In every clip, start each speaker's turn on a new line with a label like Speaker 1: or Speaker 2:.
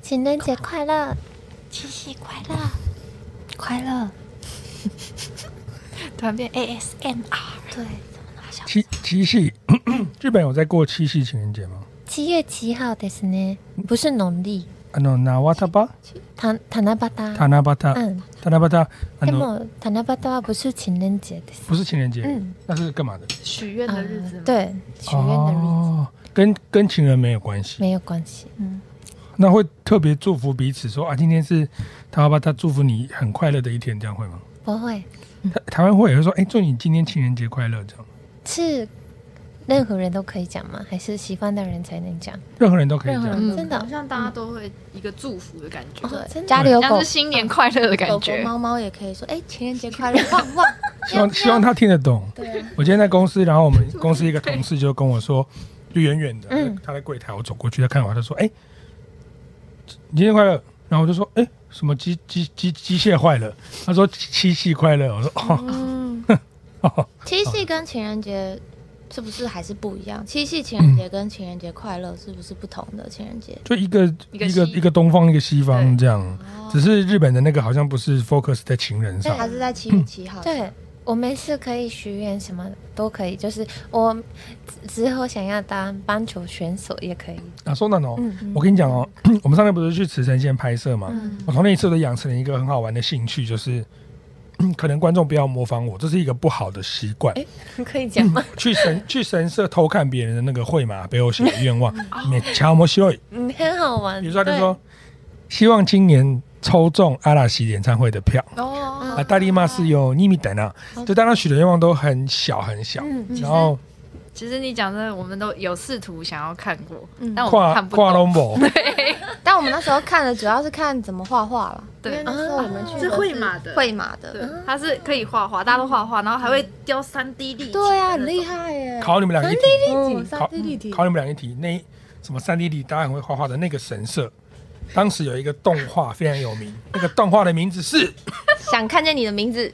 Speaker 1: 情人节快乐，
Speaker 2: 七夕快乐，
Speaker 1: 快乐。
Speaker 2: 突然变 ASMR，
Speaker 1: 对，
Speaker 3: 七七夕，日本有在过七夕情人节吗？
Speaker 1: 七月七号ですね，不是农历，
Speaker 3: あの七夕吧，
Speaker 1: た七夕。
Speaker 3: 七夕，
Speaker 1: 嗯，
Speaker 3: 七夕，あ
Speaker 1: で
Speaker 3: の
Speaker 1: も七夕は不是情人节です。
Speaker 3: 啊不是情人节
Speaker 1: 嗯，
Speaker 3: 那是干嘛的？
Speaker 2: 许愿的日子
Speaker 1: 啊
Speaker 2: 吗？
Speaker 1: 对，许愿的日子
Speaker 3: 哦，跟跟情人没有关系。
Speaker 1: 没有关系。
Speaker 3: 那会特别祝福彼此说啊，今天是他爸他祝福你很快乐的一天，这样会吗？
Speaker 1: 不会
Speaker 3: 台台湾会也会说，哎、祝你今天情人节快乐，这样
Speaker 1: 是任何人都可以讲吗？还是喜欢的人才能讲？
Speaker 3: 任何人都可以这
Speaker 1: 任何
Speaker 3: 样。
Speaker 1: 人
Speaker 2: 嗯
Speaker 1: 真的
Speaker 2: 好像大家都会一个祝福的感觉，
Speaker 1: 哦真的
Speaker 2: 家
Speaker 1: 家里有
Speaker 2: 像
Speaker 1: 狗
Speaker 2: 是新年快乐的感
Speaker 4: 狗狗、
Speaker 2: 觉。
Speaker 4: 猫猫也可以说，哎、情人节快乐，旺旺。
Speaker 3: 希望希望他听得懂。
Speaker 4: 对啊，
Speaker 3: 我今天在公司，然后我们公司一个同事就跟我说，就远远的，
Speaker 1: 嗯
Speaker 3: 他在柜台，我走过去，他看我，他就说，哎、你今天快乐。然后我就说，哎、什么机机机机械坏了？他说七夕快乐。我说哦，
Speaker 4: 嗯，
Speaker 3: 哦
Speaker 4: 七夕跟情人节是不是还是不一样？七夕情人节跟情人节快乐是不是不同的情人节？
Speaker 3: 就一个
Speaker 2: 一个
Speaker 3: 一个
Speaker 2: 西
Speaker 3: 一个东方，一个西方
Speaker 2: 对哦
Speaker 3: 这样。只是日本的那个好像不是 focus 在情人
Speaker 4: 所
Speaker 3: 上
Speaker 2: 嗯
Speaker 4: 以，还是在七月七号。
Speaker 1: 对我没事可以许愿，什么都可以。就是我之后想要当棒球选手也可以。
Speaker 3: 啊，说那种，
Speaker 1: 嗯
Speaker 3: 我跟你讲哦， 我们上面不是去慈城县拍摄嘛？
Speaker 1: 嗯
Speaker 3: 我从那一次我就养成了一个很好玩的兴趣，就是、 嗯可能观众不要模仿我，这是一个不好的习惯。
Speaker 1: 可以讲 吗？
Speaker 3: 去 神去神社偷看别人的那个绘马背后写的愿 望，每乔摩西瑞，
Speaker 1: 嗯，很好玩。
Speaker 3: 比如说他就
Speaker 1: 嗯对
Speaker 3: 说，希望今年抽中阿拉西演唱会的票。
Speaker 2: 哦，
Speaker 3: 啊，大力妈是有秘密等啊，就大家许的愿望都很小很小，
Speaker 1: 哦嗯
Speaker 3: 然后
Speaker 2: 其实你讲真的，我们都有试图想要看过，
Speaker 4: 嗯
Speaker 2: 但我们
Speaker 3: 跨
Speaker 2: 看不
Speaker 3: 跨
Speaker 2: 懂。
Speaker 3: 龙博，
Speaker 4: 但我们那时候看的主要是看怎么画画了。
Speaker 2: 对哦
Speaker 4: 因为那时候我们去的
Speaker 2: 是绘马的
Speaker 4: 绘马的。
Speaker 2: 对，它是可以画画，大家都画画，然后还会雕三 D 立体。
Speaker 4: 对啊，很厉。害耶！
Speaker 3: 考你们两个一题，
Speaker 4: 嗯，
Speaker 3: 考考你们两个题，那一什么三 D 立，大家很会画画的那个神社，当时有一个动画非常有 名，那个动画的名字是，
Speaker 4: 想看见你的名字，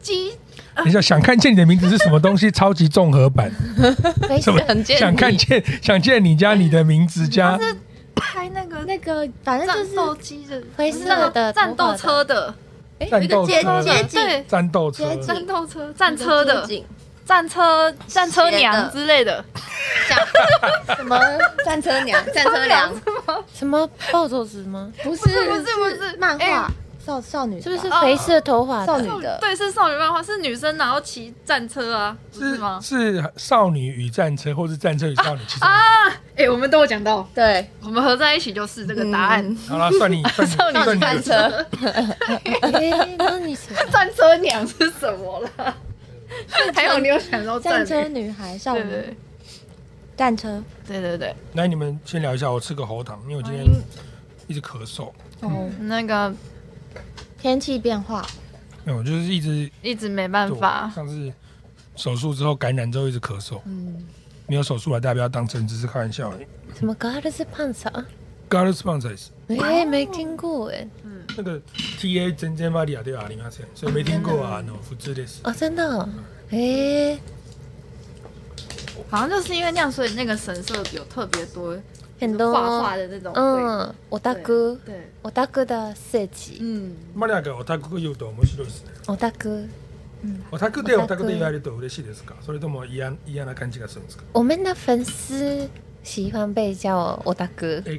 Speaker 2: 鸡
Speaker 3: 你想想看见你的名字是什么东西？超级综合 版，
Speaker 1: 没事
Speaker 3: 什么
Speaker 4: 想见你
Speaker 3: 想看见想见你家你的名字加
Speaker 2: 拍那个
Speaker 4: 那个反正就
Speaker 2: 战
Speaker 4: 是
Speaker 2: 斗机的，
Speaker 1: 灰
Speaker 2: 不是
Speaker 1: 色
Speaker 2: 那
Speaker 1: 的
Speaker 2: 个战
Speaker 1: 头发
Speaker 2: 斗
Speaker 1: 的
Speaker 2: 车的，
Speaker 3: 战斗
Speaker 4: 哎接
Speaker 3: 车、
Speaker 4: 接近
Speaker 2: 对，
Speaker 3: 战斗车
Speaker 4: 接，近
Speaker 2: 战斗车、战车
Speaker 4: 那
Speaker 2: 的
Speaker 4: 个、街景
Speaker 2: 战车、战车娘之类的，
Speaker 4: 什么战车娘、战车娘，
Speaker 1: 什么暴走子吗？
Speaker 4: 不是
Speaker 2: 不是不是
Speaker 4: 漫画
Speaker 2: 哎
Speaker 4: 少少女吧，
Speaker 1: 是不是肥色头发
Speaker 4: 少
Speaker 1: 的？
Speaker 4: 女的？
Speaker 2: 对，是哦少女漫画，是女生然后骑战车啊，不是吗？
Speaker 3: 是少女与战车，或是战车与少女。 其实
Speaker 2: 啊，哎，我们都有讲到，
Speaker 4: 对，
Speaker 2: 我们合在一起就是这个答案，
Speaker 3: 好了， 算你算你算你
Speaker 4: 战车，
Speaker 1: 哎，那你什么？
Speaker 2: 战车娘是什么了？还有你有想到
Speaker 4: 战
Speaker 2: 女
Speaker 4: 车女孩少
Speaker 2: 对
Speaker 4: 女，
Speaker 2: 对
Speaker 4: 战车
Speaker 2: 对对对，
Speaker 3: 来，你们先聊一下，我吃个喉糖，因为我今天一直咳嗽，
Speaker 4: 哦，
Speaker 2: 那个
Speaker 4: 天气变化，
Speaker 3: 没有，我就是一直
Speaker 2: 一直没办法，
Speaker 3: 上次手术之后感染之后一直咳嗽，没有手术啊，大家不要当真，只是开玩笑而已。
Speaker 1: 什么 Goddess Panzer？
Speaker 3: g a r r e s p o n s e s
Speaker 1: 哎，啊没听过哎。
Speaker 3: 那个 T A 真真玛利亚对吧？你们所以没听过啊，no 复制的是。
Speaker 1: 哦，真的哦。哎，
Speaker 2: 好像就是因为那样，所以那个神社有特别多
Speaker 1: 很多
Speaker 2: 画画的那种，嗯，
Speaker 1: 嗯，我大哥，
Speaker 2: 对，
Speaker 1: 我大哥的设计，
Speaker 2: 嗯，
Speaker 3: 玛利亚がオタクが言うと面白いですね。
Speaker 1: 我大哥。
Speaker 3: オタクでオタクで言われると嬉しいですか？それとも嫌嫌な感じがするんですか
Speaker 1: 我们的粉丝喜欢被叫我大哥，
Speaker 3: ？A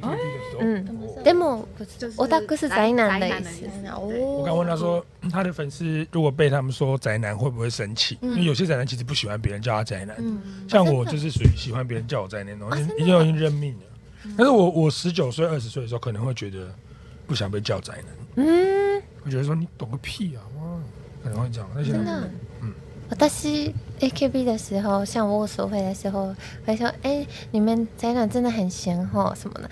Speaker 3: K T 的人。
Speaker 1: 嗯
Speaker 3: 我
Speaker 1: でも
Speaker 2: 就是
Speaker 1: 我大哥是宅男的意
Speaker 2: 宅
Speaker 1: 思
Speaker 2: 男。
Speaker 4: 哦，
Speaker 3: 我刚问他说，他的粉丝如果被他们说宅男会不会生气？
Speaker 1: 嗯
Speaker 3: 因为有些宅男其实不喜欢别人叫他宅男，像
Speaker 1: 哦
Speaker 3: 我就是属于喜欢别人叫我宅男，我已经已经有已经认命了。嗯但是我我十九岁、二十岁的时候，可能会觉得不想被叫宅男，
Speaker 1: 嗯，
Speaker 3: 我觉得说你懂个屁啊，哇，可能会这样。但现
Speaker 1: 真
Speaker 3: 在
Speaker 1: 的。私 AKB 的时候，像我所会的时候，会说：“哎、你们宅男真的很闲哦，什么的。”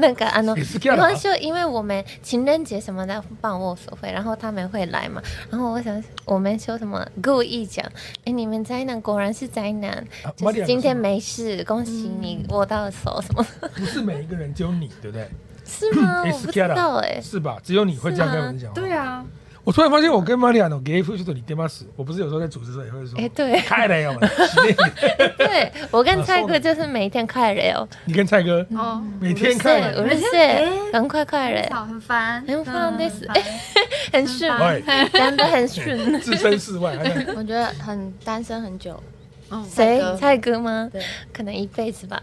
Speaker 1: 那个啊，那
Speaker 3: 也是这样啊
Speaker 1: 然后就因为我们情人节什么的办握手会，然后他们会来嘛。然后我想，我们说什么故意讲：“哎、你们宅男果然是宅男，
Speaker 3: 啊
Speaker 1: 就
Speaker 3: 玛利
Speaker 1: 是
Speaker 3: 亚
Speaker 1: 今天没事，恭喜你握到手什么的，
Speaker 3: 不是每一个人，只有你，对不对？
Speaker 1: 是吗？
Speaker 3: 也
Speaker 1: 哦我
Speaker 3: 是
Speaker 1: 不
Speaker 3: 这
Speaker 1: 知
Speaker 3: 样啊
Speaker 1: 道哎、
Speaker 3: 是吧？只有你会这样跟人讲话。
Speaker 2: 对啊，
Speaker 3: 我我突然发现我跟玛利亚诺给 F 去的你爹妈死，我不是有时候在主持的时候也会说，
Speaker 1: 哎、对
Speaker 3: 开了哟，洗内裤
Speaker 1: 对，我跟
Speaker 3: 啊
Speaker 1: 蔡
Speaker 3: 说
Speaker 1: 哥
Speaker 3: 的
Speaker 1: 就是每一天快乐哦，
Speaker 3: 你跟蔡哥
Speaker 2: 哦，
Speaker 3: 每天看
Speaker 1: 对，
Speaker 3: 了，
Speaker 1: 我们是赶快快乐，
Speaker 4: 嗯
Speaker 2: 好，很烦，
Speaker 1: 很烦
Speaker 2: 嗯
Speaker 1: 类似
Speaker 2: 很烦
Speaker 1: 很顺，
Speaker 3: 哎，
Speaker 1: 讲的很顺。
Speaker 3: 置身事外，还在
Speaker 4: 我觉得很单身很久，
Speaker 2: 嗯
Speaker 1: 谁
Speaker 4: 蔡哥
Speaker 1: 蔡哥吗
Speaker 4: 对？
Speaker 1: 可能一辈子 吧。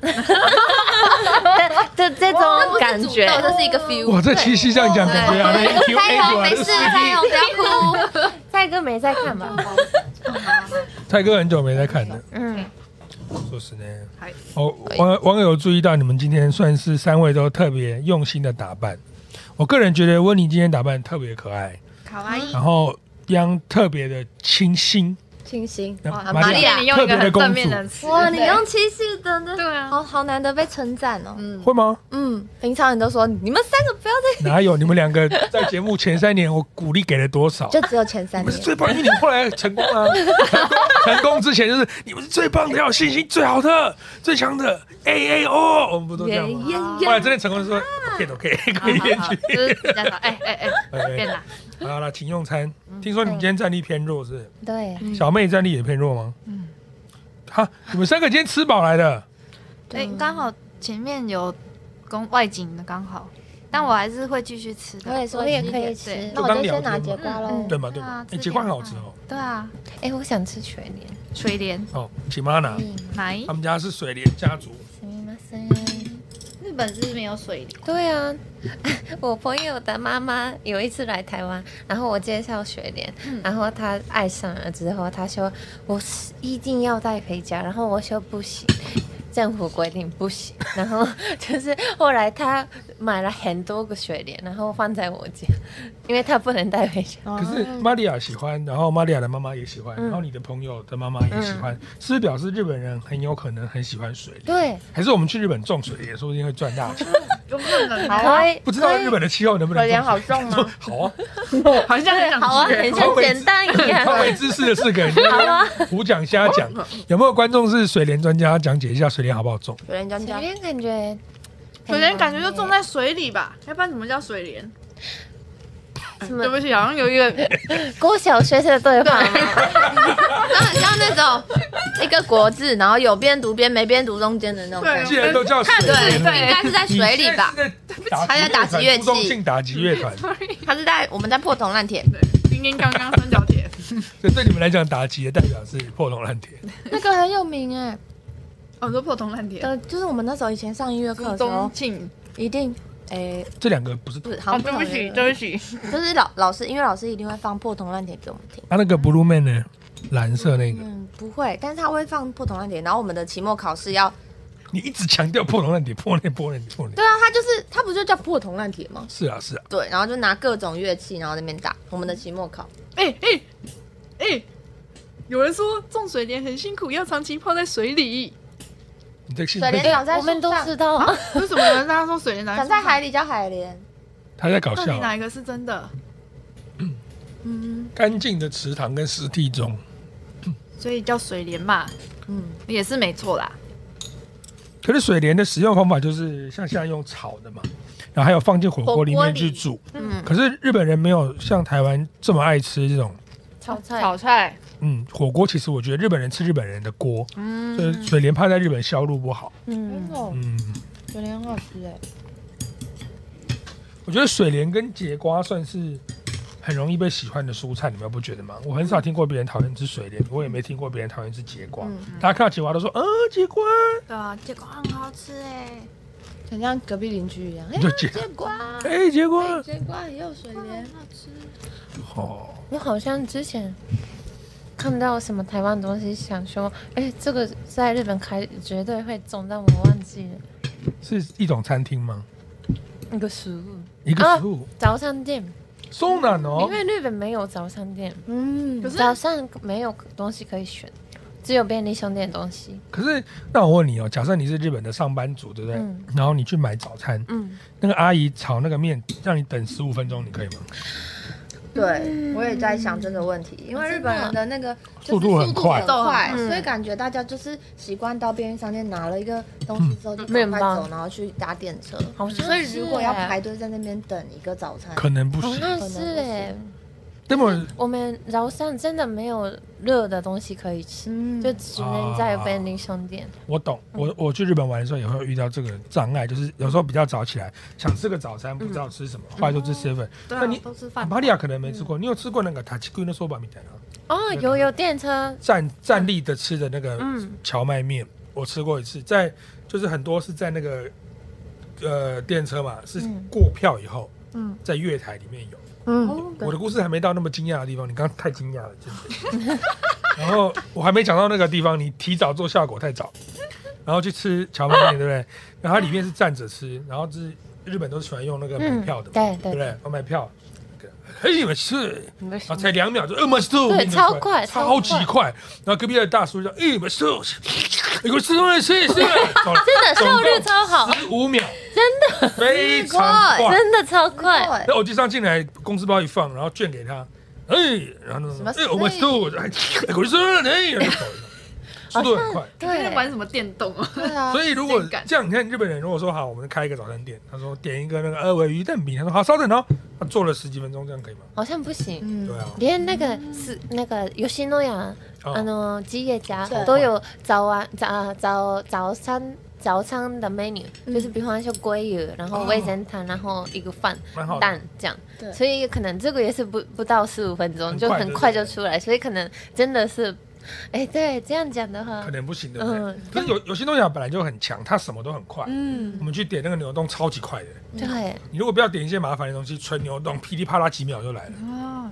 Speaker 1: 这这种感觉，
Speaker 4: 这是一个 feel。
Speaker 3: 哇，这七夕这样讲感觉好像
Speaker 1: 哎
Speaker 3: Q A
Speaker 1: 啊
Speaker 3: 过来的
Speaker 4: 加油，不要哭。
Speaker 1: 蔡哥没在看 吧？
Speaker 3: 蔡哥很久没在看了，
Speaker 1: 嗯，
Speaker 3: 说实呢
Speaker 2: 嗨。
Speaker 3: 哦，网网友注意到你们今天算是三位都特别用心的打扮，我个人觉得温妮今天打扮特别可爱，
Speaker 2: 卡哇伊
Speaker 3: 然后央特别的清新，
Speaker 4: 清新，
Speaker 3: 然
Speaker 2: 哇
Speaker 3: 后玛利亚
Speaker 2: 玛利亚你用一个很正
Speaker 3: 特
Speaker 2: 面
Speaker 3: 别
Speaker 2: 的
Speaker 3: 的
Speaker 2: 词，
Speaker 4: 哇，
Speaker 2: 对
Speaker 4: 你用七夕的那，
Speaker 2: 对啊
Speaker 4: 好好难得被称赞哦。
Speaker 2: 嗯，
Speaker 3: 会吗？
Speaker 4: 嗯，平常你都说你们三个不要 再，
Speaker 3: 哪有？你们两个在节目前三年，我鼓励给了多少？
Speaker 4: 就只有前三
Speaker 3: 你们是
Speaker 4: 年。
Speaker 3: 最棒，因为你们后来成功了、成功成功之前就是你们是最棒的，要有信心，最好的，最强的，A A O，我们不都这样吗？后来真的成功的时
Speaker 2: 啊
Speaker 3: 候，OK 的 OK，可以
Speaker 2: 好
Speaker 3: 编
Speaker 2: 好
Speaker 3: 曲。
Speaker 2: 就是比较少，哎哎啊哎，变嗯啦，
Speaker 3: 好了，请用餐。听说你今天战力偏弱是
Speaker 1: 对，
Speaker 3: 不
Speaker 2: 嗯
Speaker 3: 是？小妹战力也偏弱吗？嗯。哈，你们三个今天吃饱来的，
Speaker 2: 哎，刚好前面有公外景的，刚好，但我还是会继续吃
Speaker 4: 我
Speaker 2: 的，
Speaker 4: 也是，
Speaker 1: 我也可以
Speaker 4: 对
Speaker 1: 吃。
Speaker 4: 那我就先拿节瓜喽
Speaker 1: 嗯。
Speaker 3: 对吗？对
Speaker 2: 啊
Speaker 3: 吗？
Speaker 2: 吃
Speaker 3: 哎，结块
Speaker 2: 点
Speaker 3: 很好吃
Speaker 2: 饭
Speaker 3: 哦。
Speaker 2: 对啊，
Speaker 1: 哎，我想吃全脸。
Speaker 2: 垂帘
Speaker 3: 哦，请妈拿。
Speaker 2: 嗯
Speaker 4: 嗯
Speaker 2: 来
Speaker 3: 他，们家是水莲家族，
Speaker 1: すみません
Speaker 2: 日本是没有水帘，
Speaker 1: 对啊， 我朋友的妈妈有一次来台湾，然后我介绍雪莲，然后她爱上了之后，她说我是一定要带回家，然后我说不行。 政府规定不行，然后就是后来她买了很多个雪莲，然后放在我家，因为她不能带回家。
Speaker 3: 可是玛利亚喜欢，然后玛利亚的妈妈也喜欢，然后你的朋友的妈妈也喜欢，是不是表示日本人很有可能很喜欢水莲？
Speaker 1: 对，
Speaker 3: 还是我们去日本种水莲，说不定会赚大钱。
Speaker 2: 有日本
Speaker 1: 可以，
Speaker 3: 不知道
Speaker 1: 可以
Speaker 3: 日本的气候能不能
Speaker 4: 水莲
Speaker 3: 种
Speaker 4: 好重吗？
Speaker 3: 好啊，
Speaker 2: 好像很想
Speaker 1: 好啊，
Speaker 2: 学
Speaker 1: 很像简单一
Speaker 3: 超
Speaker 1: 样。
Speaker 3: 没知识的四个人，胡讲瞎讲。有没有观众是水莲专家？讲解一下水莲好不好种？
Speaker 4: 有人讲
Speaker 1: 雪
Speaker 4: 讲，
Speaker 1: 莲感觉，
Speaker 2: 水莲感觉就种在水里吧，要不然怎么叫水莲？
Speaker 1: 什
Speaker 2: 对
Speaker 1: 么
Speaker 2: 不起，好像有一个
Speaker 1: 郭小学的对话吗？
Speaker 4: 那很像那种一个国字，然后有边读边没边读中间的那种感
Speaker 2: 对
Speaker 4: 觉。
Speaker 3: 既然都叫水莲了，
Speaker 2: 对
Speaker 4: 应该是在水里吧？
Speaker 3: 打
Speaker 4: 还在打击乐器
Speaker 3: 朱宗庆打击乐团，
Speaker 4: 它是在我们在破铜烂铁，
Speaker 2: 叮叮当当三角铁，
Speaker 3: 这对你们来讲，打击的代表是破铜烂铁。
Speaker 4: 那个很有名哎。
Speaker 2: 哦，都破铜烂铁。
Speaker 4: 呃，就是我们那时候以前上音乐课的时候
Speaker 2: 宗，庆，
Speaker 4: 一定哎
Speaker 3: 这两个不是
Speaker 4: 不是，好
Speaker 2: 哦，
Speaker 4: 像
Speaker 2: 对
Speaker 4: 同
Speaker 2: 不
Speaker 4: 一个
Speaker 2: 起，对不起，
Speaker 4: 就是老老师，因为老师一定会放破铜烂铁给我们听。
Speaker 3: 他那个 Blue Man 呢？蓝色那个，
Speaker 4: 嗯，不会，但是他会放破铜烂铁，然后我们的期末考试要，
Speaker 3: 你一直强调破铜烂铁，破烂破烂破烂。
Speaker 4: 对啊，他就是他不就叫破铜烂铁吗？
Speaker 3: 是啊，是啊，
Speaker 4: 对，然后就拿各种乐器，然后在那边打我们的期末考。
Speaker 2: 哎哎哎，有人说种水莲很辛苦，要长期泡在水里。
Speaker 3: 你这是
Speaker 4: 水莲长在
Speaker 1: 我们
Speaker 4: 树
Speaker 1: 都
Speaker 4: 上，
Speaker 1: 知道啊。
Speaker 2: 为什么有人大家说水莲长
Speaker 4: 长在海里叫海莲。
Speaker 3: 他在搞
Speaker 2: 到底
Speaker 3: 笑啊。
Speaker 2: 哪一个是 真的？嗯
Speaker 3: 干净的池塘跟湿地中，
Speaker 2: 所以叫水莲嘛，
Speaker 4: 嗯，
Speaker 2: 也是没错啦。
Speaker 3: 可是水莲的使用方法就是像现在用炒的嘛，然后还有放进火锅里面去煮。
Speaker 4: 嗯
Speaker 3: 可是日本人没有像台湾这么爱吃这种，
Speaker 1: 炒菜
Speaker 2: 炒菜，
Speaker 3: 嗯，火锅其实我觉得日本人吃日本人的锅，
Speaker 2: 嗯，
Speaker 3: 所以水莲怕在日本销路不好。
Speaker 1: 嗯，
Speaker 4: 哦，
Speaker 3: 嗯，
Speaker 4: 水莲很好吃哎。
Speaker 3: 我觉得水莲跟节瓜算是很容易被喜欢的蔬菜，你们不觉得吗？我很少听过别人讨厌吃水莲，我也没听过别人讨厌吃节瓜。
Speaker 4: 嗯
Speaker 3: 大家看到节瓜都说，呃，节瓜，
Speaker 2: 对啊，结果很好吃哎。
Speaker 4: 很像隔壁邻居一样。哎
Speaker 3: 你就节，
Speaker 4: 结瓜，
Speaker 3: 哎、节瓜，
Speaker 4: 结瓜也有水莲。
Speaker 3: 哦，
Speaker 1: 我好像之前看到什么台湾东西，想说，哎、这个在日本开绝对会中，但我忘记了
Speaker 3: 是一种餐厅吗？
Speaker 1: 那个食物。
Speaker 3: 一个
Speaker 1: 啊
Speaker 3: 食物，
Speaker 1: 早餐店，
Speaker 3: 松南哦
Speaker 1: 因，为日本没有早餐店，
Speaker 4: 嗯
Speaker 2: 可，是
Speaker 1: 早上没有东西可以选，只有便利商店的东西。
Speaker 3: 可是，那我问你哦，假设你是日本的上班族，对不对？
Speaker 1: 嗯
Speaker 3: 然后你去买早餐，
Speaker 1: 嗯，
Speaker 3: 那个阿姨炒那个面，让你等十五分钟，你可以吗？
Speaker 4: 对，我也在想这个问题，因为日本人的那个就是
Speaker 3: 速度很快
Speaker 4: 速度很快，
Speaker 1: 嗯
Speaker 4: 所以感觉大家就是习惯到便利商店拿了一个东西之后就赶快走，然后去搭电车。
Speaker 1: 好像
Speaker 4: 所以如果要
Speaker 1: 是欸
Speaker 4: 排队在那边等一个早餐，
Speaker 1: 哦
Speaker 3: 可能不
Speaker 1: 好
Speaker 3: 行。
Speaker 1: 像是哎、
Speaker 3: 那么
Speaker 1: 我们饶上真的没有热的东西可以吃，
Speaker 2: 嗯
Speaker 1: 就只能在便利商店。
Speaker 3: 我懂，我我去日本玩的时候也会遇到这个障碍，就是有时候比较早起来，想吃个早餐，不知道吃什么，后来就吃 seven。
Speaker 2: 对
Speaker 3: 那
Speaker 2: 啊
Speaker 3: 你，
Speaker 2: 都是
Speaker 3: 阿
Speaker 2: 饭。
Speaker 3: 玛利亚可能没吃过，你有吃过那个塔奇龟的说法米的吗？
Speaker 1: 哦，有有电车，
Speaker 3: 站站立的吃的那个
Speaker 2: 嗯
Speaker 3: 荞麦面，我吃过一次，在就是很多是在那个呃电车嘛，是
Speaker 1: 嗯
Speaker 3: 过票以后
Speaker 2: 嗯，
Speaker 3: 在月台里面有。
Speaker 1: 嗯，
Speaker 2: 哦，
Speaker 3: 我的故事还没到那么惊讶的地方，你刚刚太惊讶了，真的。 然后我还没讲到那个地方，你提早做效果太早，然后去吃荞麦面，对不对？然后它里面是站着吃，然后是日本都喜欢用那个买票的嘛，
Speaker 1: 嗯对
Speaker 3: 对不
Speaker 1: 对，
Speaker 3: 对？我买票，嘿，你们吃。
Speaker 1: 你的
Speaker 3: 然后才两秒就，呃，马斯特，
Speaker 1: 对
Speaker 3: 那个
Speaker 1: 超快超
Speaker 3: 超级快。然后隔壁的大叔就，哎，马斯特，你给我吃东西，吃吃。真
Speaker 1: 真的效率超好，
Speaker 3: 十五秒，真的非常快。
Speaker 1: 真的超快。
Speaker 3: 那我就上进来，公司包一放，然后券给他，哎，然后呢，哎，我们吃，我就，哎，给我吃，哎，然后就走了速度很快。
Speaker 2: 在
Speaker 1: 对，
Speaker 2: 玩什么电动啊？
Speaker 4: 对啊，
Speaker 3: 所以如果
Speaker 2: 性感
Speaker 3: 这样，你看日本人如果说好，我们开一个早餐店，他说点一个那个二尾鱼蛋饼，他说好，稍等哦，他做了十几分钟，这样可以吗？
Speaker 1: 好像不行。
Speaker 4: 嗯
Speaker 3: 对啊，
Speaker 1: 连那个是那个吉西诺亚，
Speaker 3: 啊
Speaker 1: あの吉野家
Speaker 4: 对
Speaker 1: 都有早晚早早早餐早餐的 menu，、就是
Speaker 4: 嗯
Speaker 1: 比方说鲑鱼，然后
Speaker 3: 哦
Speaker 1: 味噌汤，然后一个饭
Speaker 3: 蛮好的
Speaker 1: 蛋这样。
Speaker 4: 对
Speaker 1: 所以可能这个也是不不到十五分钟
Speaker 3: 很
Speaker 1: 就
Speaker 3: 快
Speaker 1: 很
Speaker 3: 对
Speaker 1: 快
Speaker 3: 对
Speaker 1: 就
Speaker 3: 对
Speaker 1: 出来，所以可能真的是，哎，对，这样讲的话
Speaker 3: 可，能不行，对不对？
Speaker 1: 嗯
Speaker 3: 可是有有些东西啊本来就很强，它什么都很快。
Speaker 2: 嗯，
Speaker 3: 我们去点那个牛冻超级快的，
Speaker 1: 对
Speaker 3: 你如果不要点一些麻烦的东西，纯牛冻噼里啪啦几秒就来了。
Speaker 2: 哦，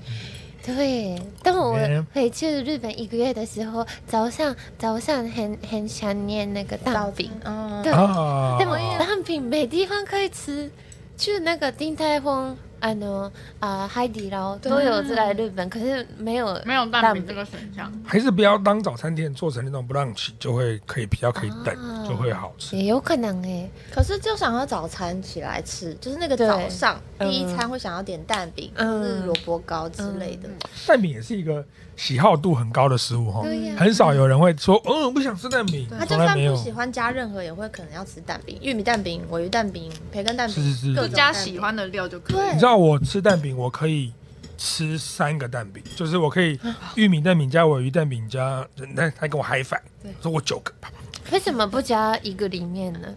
Speaker 1: 对。但我
Speaker 3: Man
Speaker 1: 回去日本一个月的时候，早上早上很很想念那个蛋饼，
Speaker 4: 嗯，
Speaker 1: 对
Speaker 3: 啊
Speaker 1: でもダンピン没地方可以吃，去那个丁泰丰、あの啊海底捞都有在日本，可是没有
Speaker 2: 没有蛋饼这个选项。
Speaker 3: 还是不要当早餐店做成那种 brunch，就会可以比较可以等，
Speaker 1: 啊
Speaker 3: 就会好吃。
Speaker 1: 也有可能哎、
Speaker 4: 可是就想要早餐起来吃，就是那个
Speaker 1: 对
Speaker 4: 早上
Speaker 1: 嗯
Speaker 4: 第一餐会想要点蛋饼、
Speaker 1: 嗯
Speaker 4: 或是萝卜糕之类的。
Speaker 3: 蛋饼也是一个喜好度很高的食物哈，
Speaker 1: 对呀
Speaker 3: 很少有人会说，嗯，不想吃蛋饼，
Speaker 4: 他就
Speaker 3: 从来
Speaker 4: 算
Speaker 3: 没有
Speaker 4: 不。喜欢加任何，也会可能要吃蛋饼，玉米蛋饼、鲔鱼蛋饼、培根蛋饼，
Speaker 3: 是是是
Speaker 4: 各
Speaker 2: 就
Speaker 4: 种
Speaker 2: 加
Speaker 4: 蛋饼
Speaker 2: 喜。欢的料就可以。
Speaker 4: 对
Speaker 3: 你知，道我吃蛋饼，我可以吃三个蛋饼，就是我可以
Speaker 1: 啊
Speaker 3: 玉米蛋饼加尾鱼蛋饼加，那他跟我嗨翻
Speaker 2: 对，
Speaker 3: 说我九个，啪啪
Speaker 1: 为什么不加一个里面呢？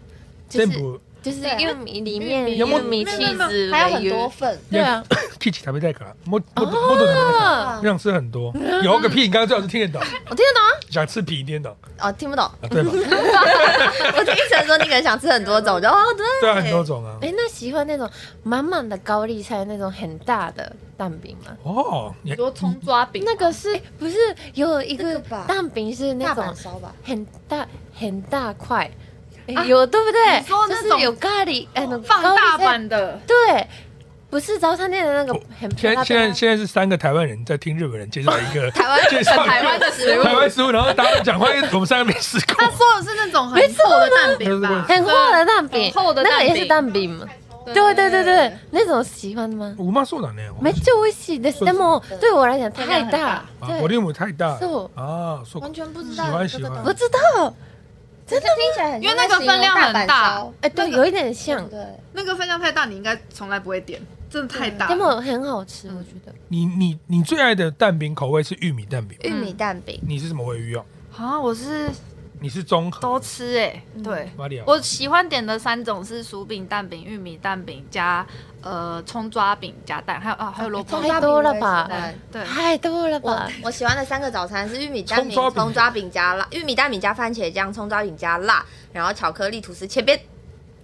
Speaker 1: 就
Speaker 3: 全
Speaker 1: 是
Speaker 3: 部
Speaker 1: 就是
Speaker 4: 对
Speaker 1: 玉米里面
Speaker 4: 有
Speaker 1: 玉
Speaker 4: 没有
Speaker 1: 米
Speaker 4: 没
Speaker 1: 气
Speaker 4: 有没有没有
Speaker 1: 质
Speaker 4: 还有很
Speaker 1: 鱼，
Speaker 4: 多份。
Speaker 1: 对啊，
Speaker 3: k i t 食べたいから，ももっともっと食べたいから
Speaker 1: 啊
Speaker 3: 我
Speaker 4: 嗯
Speaker 3: 想吃很多，有个屁！你刚刚最好是听 得懂，
Speaker 4: 我听得懂啊
Speaker 3: 想吃皮你听得懂，
Speaker 4: 哦，听不懂。
Speaker 3: 啊对吧？
Speaker 4: 我听成说你可能想吃很多种，我就哦对。
Speaker 3: 对啊，很多种啊。
Speaker 1: 哎、那喜欢那种满满的高丽菜那种很大的蛋饼吗？
Speaker 3: 哦，你
Speaker 2: 比如说葱抓饼，
Speaker 1: 那个是不是有一
Speaker 4: 那
Speaker 1: 个
Speaker 4: 个吧
Speaker 1: 蛋饼是那
Speaker 4: 大
Speaker 1: 种
Speaker 4: 阪烧吧，
Speaker 1: 很大很大块，诶
Speaker 2: 啊
Speaker 1: 有对不对？
Speaker 2: 你说
Speaker 1: 就
Speaker 2: 那
Speaker 1: 是
Speaker 2: 种
Speaker 1: 有咖喱，哎，那
Speaker 2: 放
Speaker 1: 高丽
Speaker 2: 大
Speaker 1: 菜
Speaker 2: 版的，
Speaker 1: 对，不是早餐店的那啊个很
Speaker 3: 现
Speaker 1: 漂
Speaker 3: 在
Speaker 1: 亮。
Speaker 3: 现
Speaker 2: 啊
Speaker 3: 在现在是三个台湾人在听日本人介绍一 个
Speaker 4: 台湾
Speaker 3: 介绍一个
Speaker 2: 台湾的食物
Speaker 3: 台湾食物，然后大家都讲话，因为我们三个没吃过
Speaker 2: 他。说的是那种很厚的蛋饼吧？
Speaker 1: 很厚的蛋饼，
Speaker 2: 很厚的
Speaker 1: 那
Speaker 2: 蛋
Speaker 1: 个
Speaker 2: 饼
Speaker 1: 也是蛋饼嘛？
Speaker 2: 对
Speaker 1: 对对对对，那种喜欢吗？
Speaker 3: 我妈说的呢，
Speaker 1: めっちゃ美味しいです。でも对我来讲
Speaker 2: 分
Speaker 1: 太
Speaker 2: 量很
Speaker 1: 大
Speaker 2: 大，
Speaker 3: 啊
Speaker 1: 对，
Speaker 3: 我利姆太大
Speaker 1: そう
Speaker 3: 啊，说
Speaker 4: 完全不知
Speaker 3: 喜
Speaker 4: 道
Speaker 3: 欢
Speaker 4: 这
Speaker 3: 喜
Speaker 4: 个
Speaker 3: 欢
Speaker 1: 不，知道，
Speaker 4: 真的听起来很像
Speaker 2: 因为那个分量很大
Speaker 1: 哎，对，有一点
Speaker 4: 像
Speaker 1: 像，
Speaker 4: 对，
Speaker 2: 那个分量太大，你应该从来不会点，真的太大
Speaker 1: で。も很好吃，我觉得。
Speaker 3: 你你你最爱的蛋饼口味是玉米蛋饼，
Speaker 4: 玉米蛋饼，
Speaker 3: 你是什么尾鱼哦？
Speaker 2: 啊，我是
Speaker 3: 你是综合
Speaker 2: 都吃哎，对。
Speaker 3: 马里奥
Speaker 2: 我喜欢点的三种是薯饼、蛋饼、玉米蛋饼加呃葱抓饼加蛋，还有啊还有萝卜
Speaker 4: 葱
Speaker 1: 太
Speaker 4: 抓
Speaker 1: 多了
Speaker 4: 饼
Speaker 1: 吧
Speaker 4: 我也喜欢
Speaker 2: 对，
Speaker 1: 太多了吧
Speaker 4: 我？我喜欢的三个早餐是玉米蛋饼、
Speaker 3: 葱抓饼
Speaker 4: 葱抓饼加辣，玉米蛋饼加番茄酱，葱抓饼加辣，然后巧克力吐司切边。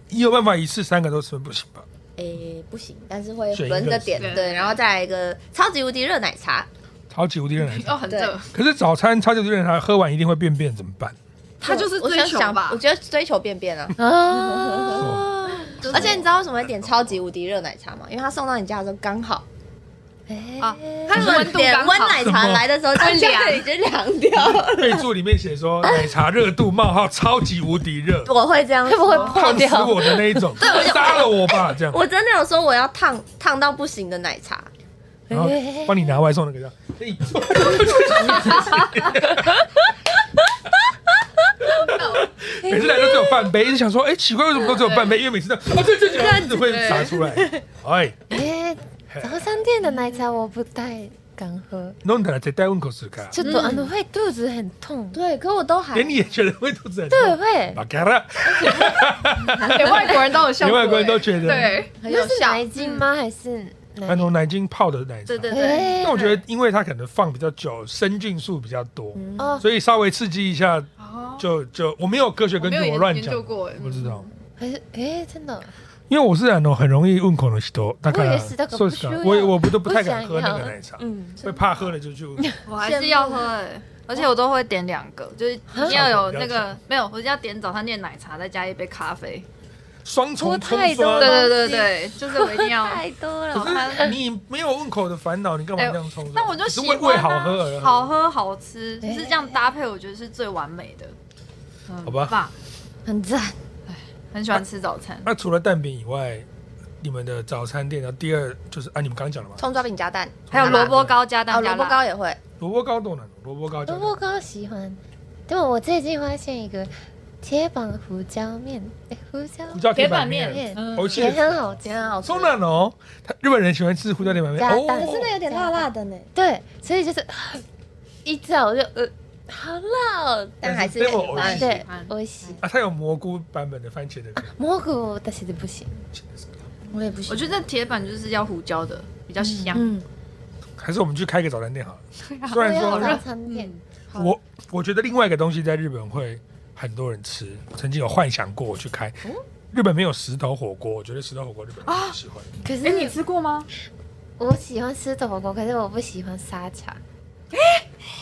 Speaker 3: 你有办法一次三个都吃不行吧？
Speaker 4: 诶、不行，但是会
Speaker 3: 选一个
Speaker 4: 轮着点
Speaker 2: 是
Speaker 4: 对，然后再来一个超级无敌热奶茶，
Speaker 3: 超级无敌热奶茶，
Speaker 2: 哦很热，
Speaker 3: 可是早餐超级无敌热奶茶喝完一定会便便，怎么办？
Speaker 2: 他就是
Speaker 4: 我
Speaker 2: 追求
Speaker 4: 想
Speaker 2: 吧
Speaker 4: 我。觉得追求便便啊，
Speaker 1: 啊，
Speaker 4: 而且你知道为什么会点超级无敌热奶茶吗？因为它送到你家的时候刚好，
Speaker 1: 哎
Speaker 2: 啊它是温度
Speaker 4: 点
Speaker 2: 刚好
Speaker 4: 温 奶茶来的时候，就
Speaker 2: 凉
Speaker 4: 已经凉掉了。
Speaker 3: 备注里面写说奶茶热度冒号超级无敌 热，
Speaker 4: 我会这样
Speaker 1: 会不会
Speaker 4: 说
Speaker 1: 破
Speaker 3: 烫死
Speaker 1: 掉？
Speaker 3: 我的那一种，杀了我吧 这样。
Speaker 4: 我真的有说我要烫烫到不行的奶茶，
Speaker 3: 然后帮你拿外送那个这样，哎每次来都只有半杯，一直想说，哎，奇怪，为什么都只有半杯？因为每次都，啊，这这这样子会洒出来，哎，
Speaker 1: 哎，早餐店的奶茶我不太敢喝，
Speaker 3: 弄得来在带问口试开，
Speaker 1: 就肚嗯会肚子很痛，
Speaker 4: 对，可我都还
Speaker 3: 连你也觉得会肚子很
Speaker 1: 对
Speaker 3: 痛。
Speaker 1: 会，
Speaker 3: 把干了，
Speaker 2: 连外国人都有笑
Speaker 3: 连
Speaker 2: 过，
Speaker 3: 哎外国人都觉得。，
Speaker 2: 对，
Speaker 4: 很有
Speaker 1: 那是
Speaker 4: 效
Speaker 1: 奶精吗？还是
Speaker 3: 那
Speaker 1: 奶？
Speaker 3: 种奶精泡的奶茶
Speaker 2: 对。对对，嗯
Speaker 1: 哎
Speaker 3: 那我觉得，因为它可能放比较久，生菌素比较多，
Speaker 1: 哦，
Speaker 3: 所以稍微刺激一下
Speaker 2: 哦，
Speaker 3: 就就我没有科学根据，
Speaker 2: 我哦没有
Speaker 3: 我乱
Speaker 2: 研
Speaker 3: 讲
Speaker 2: 究过
Speaker 3: 的，不知道。
Speaker 1: 还是哎，真的哦，
Speaker 3: 因为我是那种很容易问口的人，大
Speaker 1: 我
Speaker 3: 概
Speaker 1: 也是大概
Speaker 3: 说
Speaker 1: 不
Speaker 3: 实
Speaker 1: 需要
Speaker 3: 话，我我不都不太
Speaker 1: 想
Speaker 3: 敢喝那个
Speaker 1: 要
Speaker 3: 奶茶，
Speaker 1: 嗯，
Speaker 3: 会怕喝了就去。
Speaker 2: 我还是要喝哎，而且我都会点两个，就是一定要有那个没有，我一定要点早餐店奶茶，再加一杯咖啡。
Speaker 3: 双
Speaker 1: 我
Speaker 3: 重冲
Speaker 1: 太多
Speaker 3: 刷。
Speaker 2: 对
Speaker 1: 了
Speaker 2: 对对对，就是我一定 要。
Speaker 1: 太多了，
Speaker 3: 可是你没有问口的烦恼，你干嘛这样冲刷？
Speaker 2: 但我就
Speaker 3: 只是
Speaker 2: 喜
Speaker 3: 为
Speaker 2: 欢、
Speaker 3: 为
Speaker 2: 啊、
Speaker 3: 好喝而喝，
Speaker 2: 好喝好吃，
Speaker 1: 哎
Speaker 2: 就是这样搭配，我觉得是最完美的。嗯
Speaker 3: 好吧？
Speaker 2: 爸
Speaker 1: 很赞。
Speaker 2: 很喜欢吃早餐，
Speaker 3: 那除了蛋饼以外，你们的早餐店，然后第二就是啊，你们刚刚讲了嘛，
Speaker 4: 葱抓饼加蛋，
Speaker 2: 还有萝卜糕加
Speaker 4: 哦，
Speaker 2: 蛋加
Speaker 4: 萝卜
Speaker 2: 辣。
Speaker 4: 糕也会，
Speaker 3: 萝卜糕冻的，萝卜糕加
Speaker 1: 萝
Speaker 3: 蛋
Speaker 1: 卜糕喜欢，对我最近发现一个铁板胡椒面，哎胡椒
Speaker 3: 胡椒铁板
Speaker 1: 面
Speaker 3: 面，
Speaker 2: 嗯
Speaker 3: 我
Speaker 1: 也
Speaker 3: 记得
Speaker 1: 很好吃
Speaker 4: 甜。很好吃。
Speaker 3: 松了哦，他日本人喜欢吃胡椒铁板面
Speaker 1: 加
Speaker 3: 哦，
Speaker 1: 蛋
Speaker 4: 可是那有点辣辣的呢，
Speaker 1: 对，所以就是一早我就呃，好辣哦，
Speaker 4: 但还是
Speaker 3: 但是
Speaker 4: 喜欢
Speaker 3: 我
Speaker 1: 对
Speaker 2: 喜欢，
Speaker 1: 我喜
Speaker 3: 啊，它有蘑菇版本的番茄的面，
Speaker 1: 蘑菇，但是就不行。
Speaker 4: 我也不喜
Speaker 2: 我
Speaker 4: 欢。
Speaker 2: 觉得铁板就是要胡椒的，比较香。
Speaker 4: 嗯，
Speaker 3: 还是我们去开个早餐店啊好了。虽
Speaker 1: 我
Speaker 3: 然
Speaker 1: 也
Speaker 3: 说
Speaker 1: 有早餐店，
Speaker 4: 好
Speaker 3: 我我觉得另外一个东西在日本会很多人吃，我曾经有幻想过我去开。日本没有石头火锅，我觉得石头火锅日本人很喜欢。
Speaker 1: 可
Speaker 2: 哎、你
Speaker 1: 是
Speaker 2: 吃过吗？
Speaker 1: 我喜欢吃火锅，可是我不喜欢沙茶，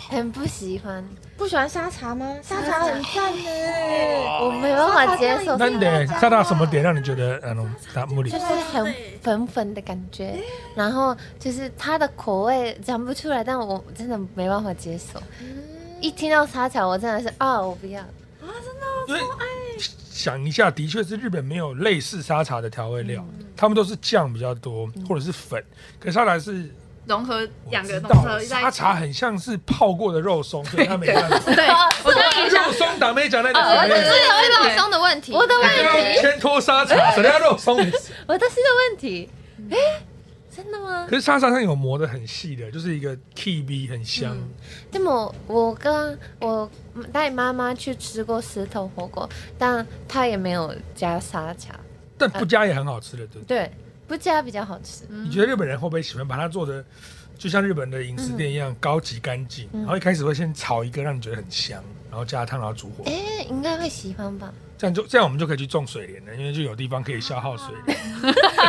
Speaker 1: 很不喜欢，
Speaker 4: 不喜欢沙茶吗？沙茶很赞呢，
Speaker 1: 我没办法接受，
Speaker 3: 那你得
Speaker 4: 沙茶
Speaker 3: 看到什么点让你觉得嗯那种大木里
Speaker 1: 就是很粉粉的感觉，然后就是它的口味讲不出来，但我真的没办法接受。一听到沙茶，我真的是啊，我不要。
Speaker 3: 因为想一下，的确是日本没有类似沙茶的调味料，
Speaker 2: 嗯
Speaker 3: 他们都是酱比较多或者是粉，可是沙茶是
Speaker 2: 融合嗯两个
Speaker 3: 我知
Speaker 2: 东西
Speaker 3: 道
Speaker 2: 合在
Speaker 3: 沙
Speaker 2: 一起。
Speaker 3: 茶很像是泡过的肉松，所以它没办法。
Speaker 2: 对，呃我刚刚也想
Speaker 3: 肉松党妹讲那
Speaker 4: 而且
Speaker 3: 个，
Speaker 4: 是有肉松的问题。
Speaker 1: 我的问
Speaker 3: 要
Speaker 1: 题，
Speaker 3: 牵拖沙茶，谁要肉松？
Speaker 1: 我的是的问题。哎，真的吗
Speaker 3: 可？是沙茶上有磨的很细的，就是一个 K B 很香，
Speaker 2: 嗯
Speaker 1: 那么我跟我带妈妈去吃过石头火锅，但她也没有加沙茶，
Speaker 3: 但不加也很好吃的，对不对。
Speaker 1: 对，不加比较好吃。
Speaker 2: 嗯
Speaker 3: 你觉得日本人会不会喜欢把它做的，就像日本的饮食店一
Speaker 2: 嗯
Speaker 3: 样高级干净？然后一开始会先炒一个让你觉得很香，然后加汤，然后煮火，
Speaker 1: 哎，应该会喜欢吧？
Speaker 3: 这样就这样我们就可以去种水莲了，因为就有地方可以消耗水 莲，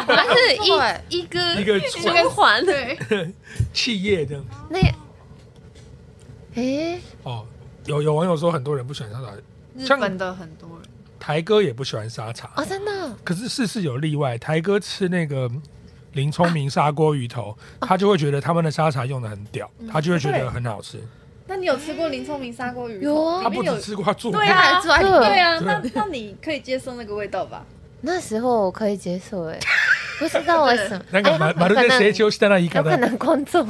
Speaker 1: 它是
Speaker 4: 对
Speaker 1: 一一个
Speaker 3: 一个
Speaker 1: 循环的
Speaker 2: 对，
Speaker 3: 气液这样。
Speaker 1: 那。哎，
Speaker 3: 哦，有有网友说很多人不喜欢沙茶，
Speaker 2: 日
Speaker 3: 像
Speaker 2: 本的很多人
Speaker 3: 台哥也不喜欢沙茶，
Speaker 1: 哦，真的，
Speaker 3: 可是事事有例外，台哥吃那个林聪明砂锅鱼头，
Speaker 1: 啊
Speaker 3: 他就会觉得他们的沙茶用的很屌，
Speaker 1: 嗯
Speaker 3: 他就会觉得很好吃。
Speaker 2: 那你有吃过林聪明砂锅鱼头？
Speaker 1: 有啊
Speaker 3: 他不只吃过，他做过
Speaker 2: 对。啊，
Speaker 4: 他还做
Speaker 2: 对啊，
Speaker 3: 对。
Speaker 2: 那那你可以接受那个味道吧？
Speaker 1: 那时候我可以接受哎，不知道为什么
Speaker 3: 那个
Speaker 1: 哎
Speaker 3: 马
Speaker 1: 有可
Speaker 3: 马路在
Speaker 1: 能
Speaker 3: 谁休息在那一
Speaker 1: 有
Speaker 3: 个
Speaker 1: 可
Speaker 3: 的，
Speaker 1: 能观众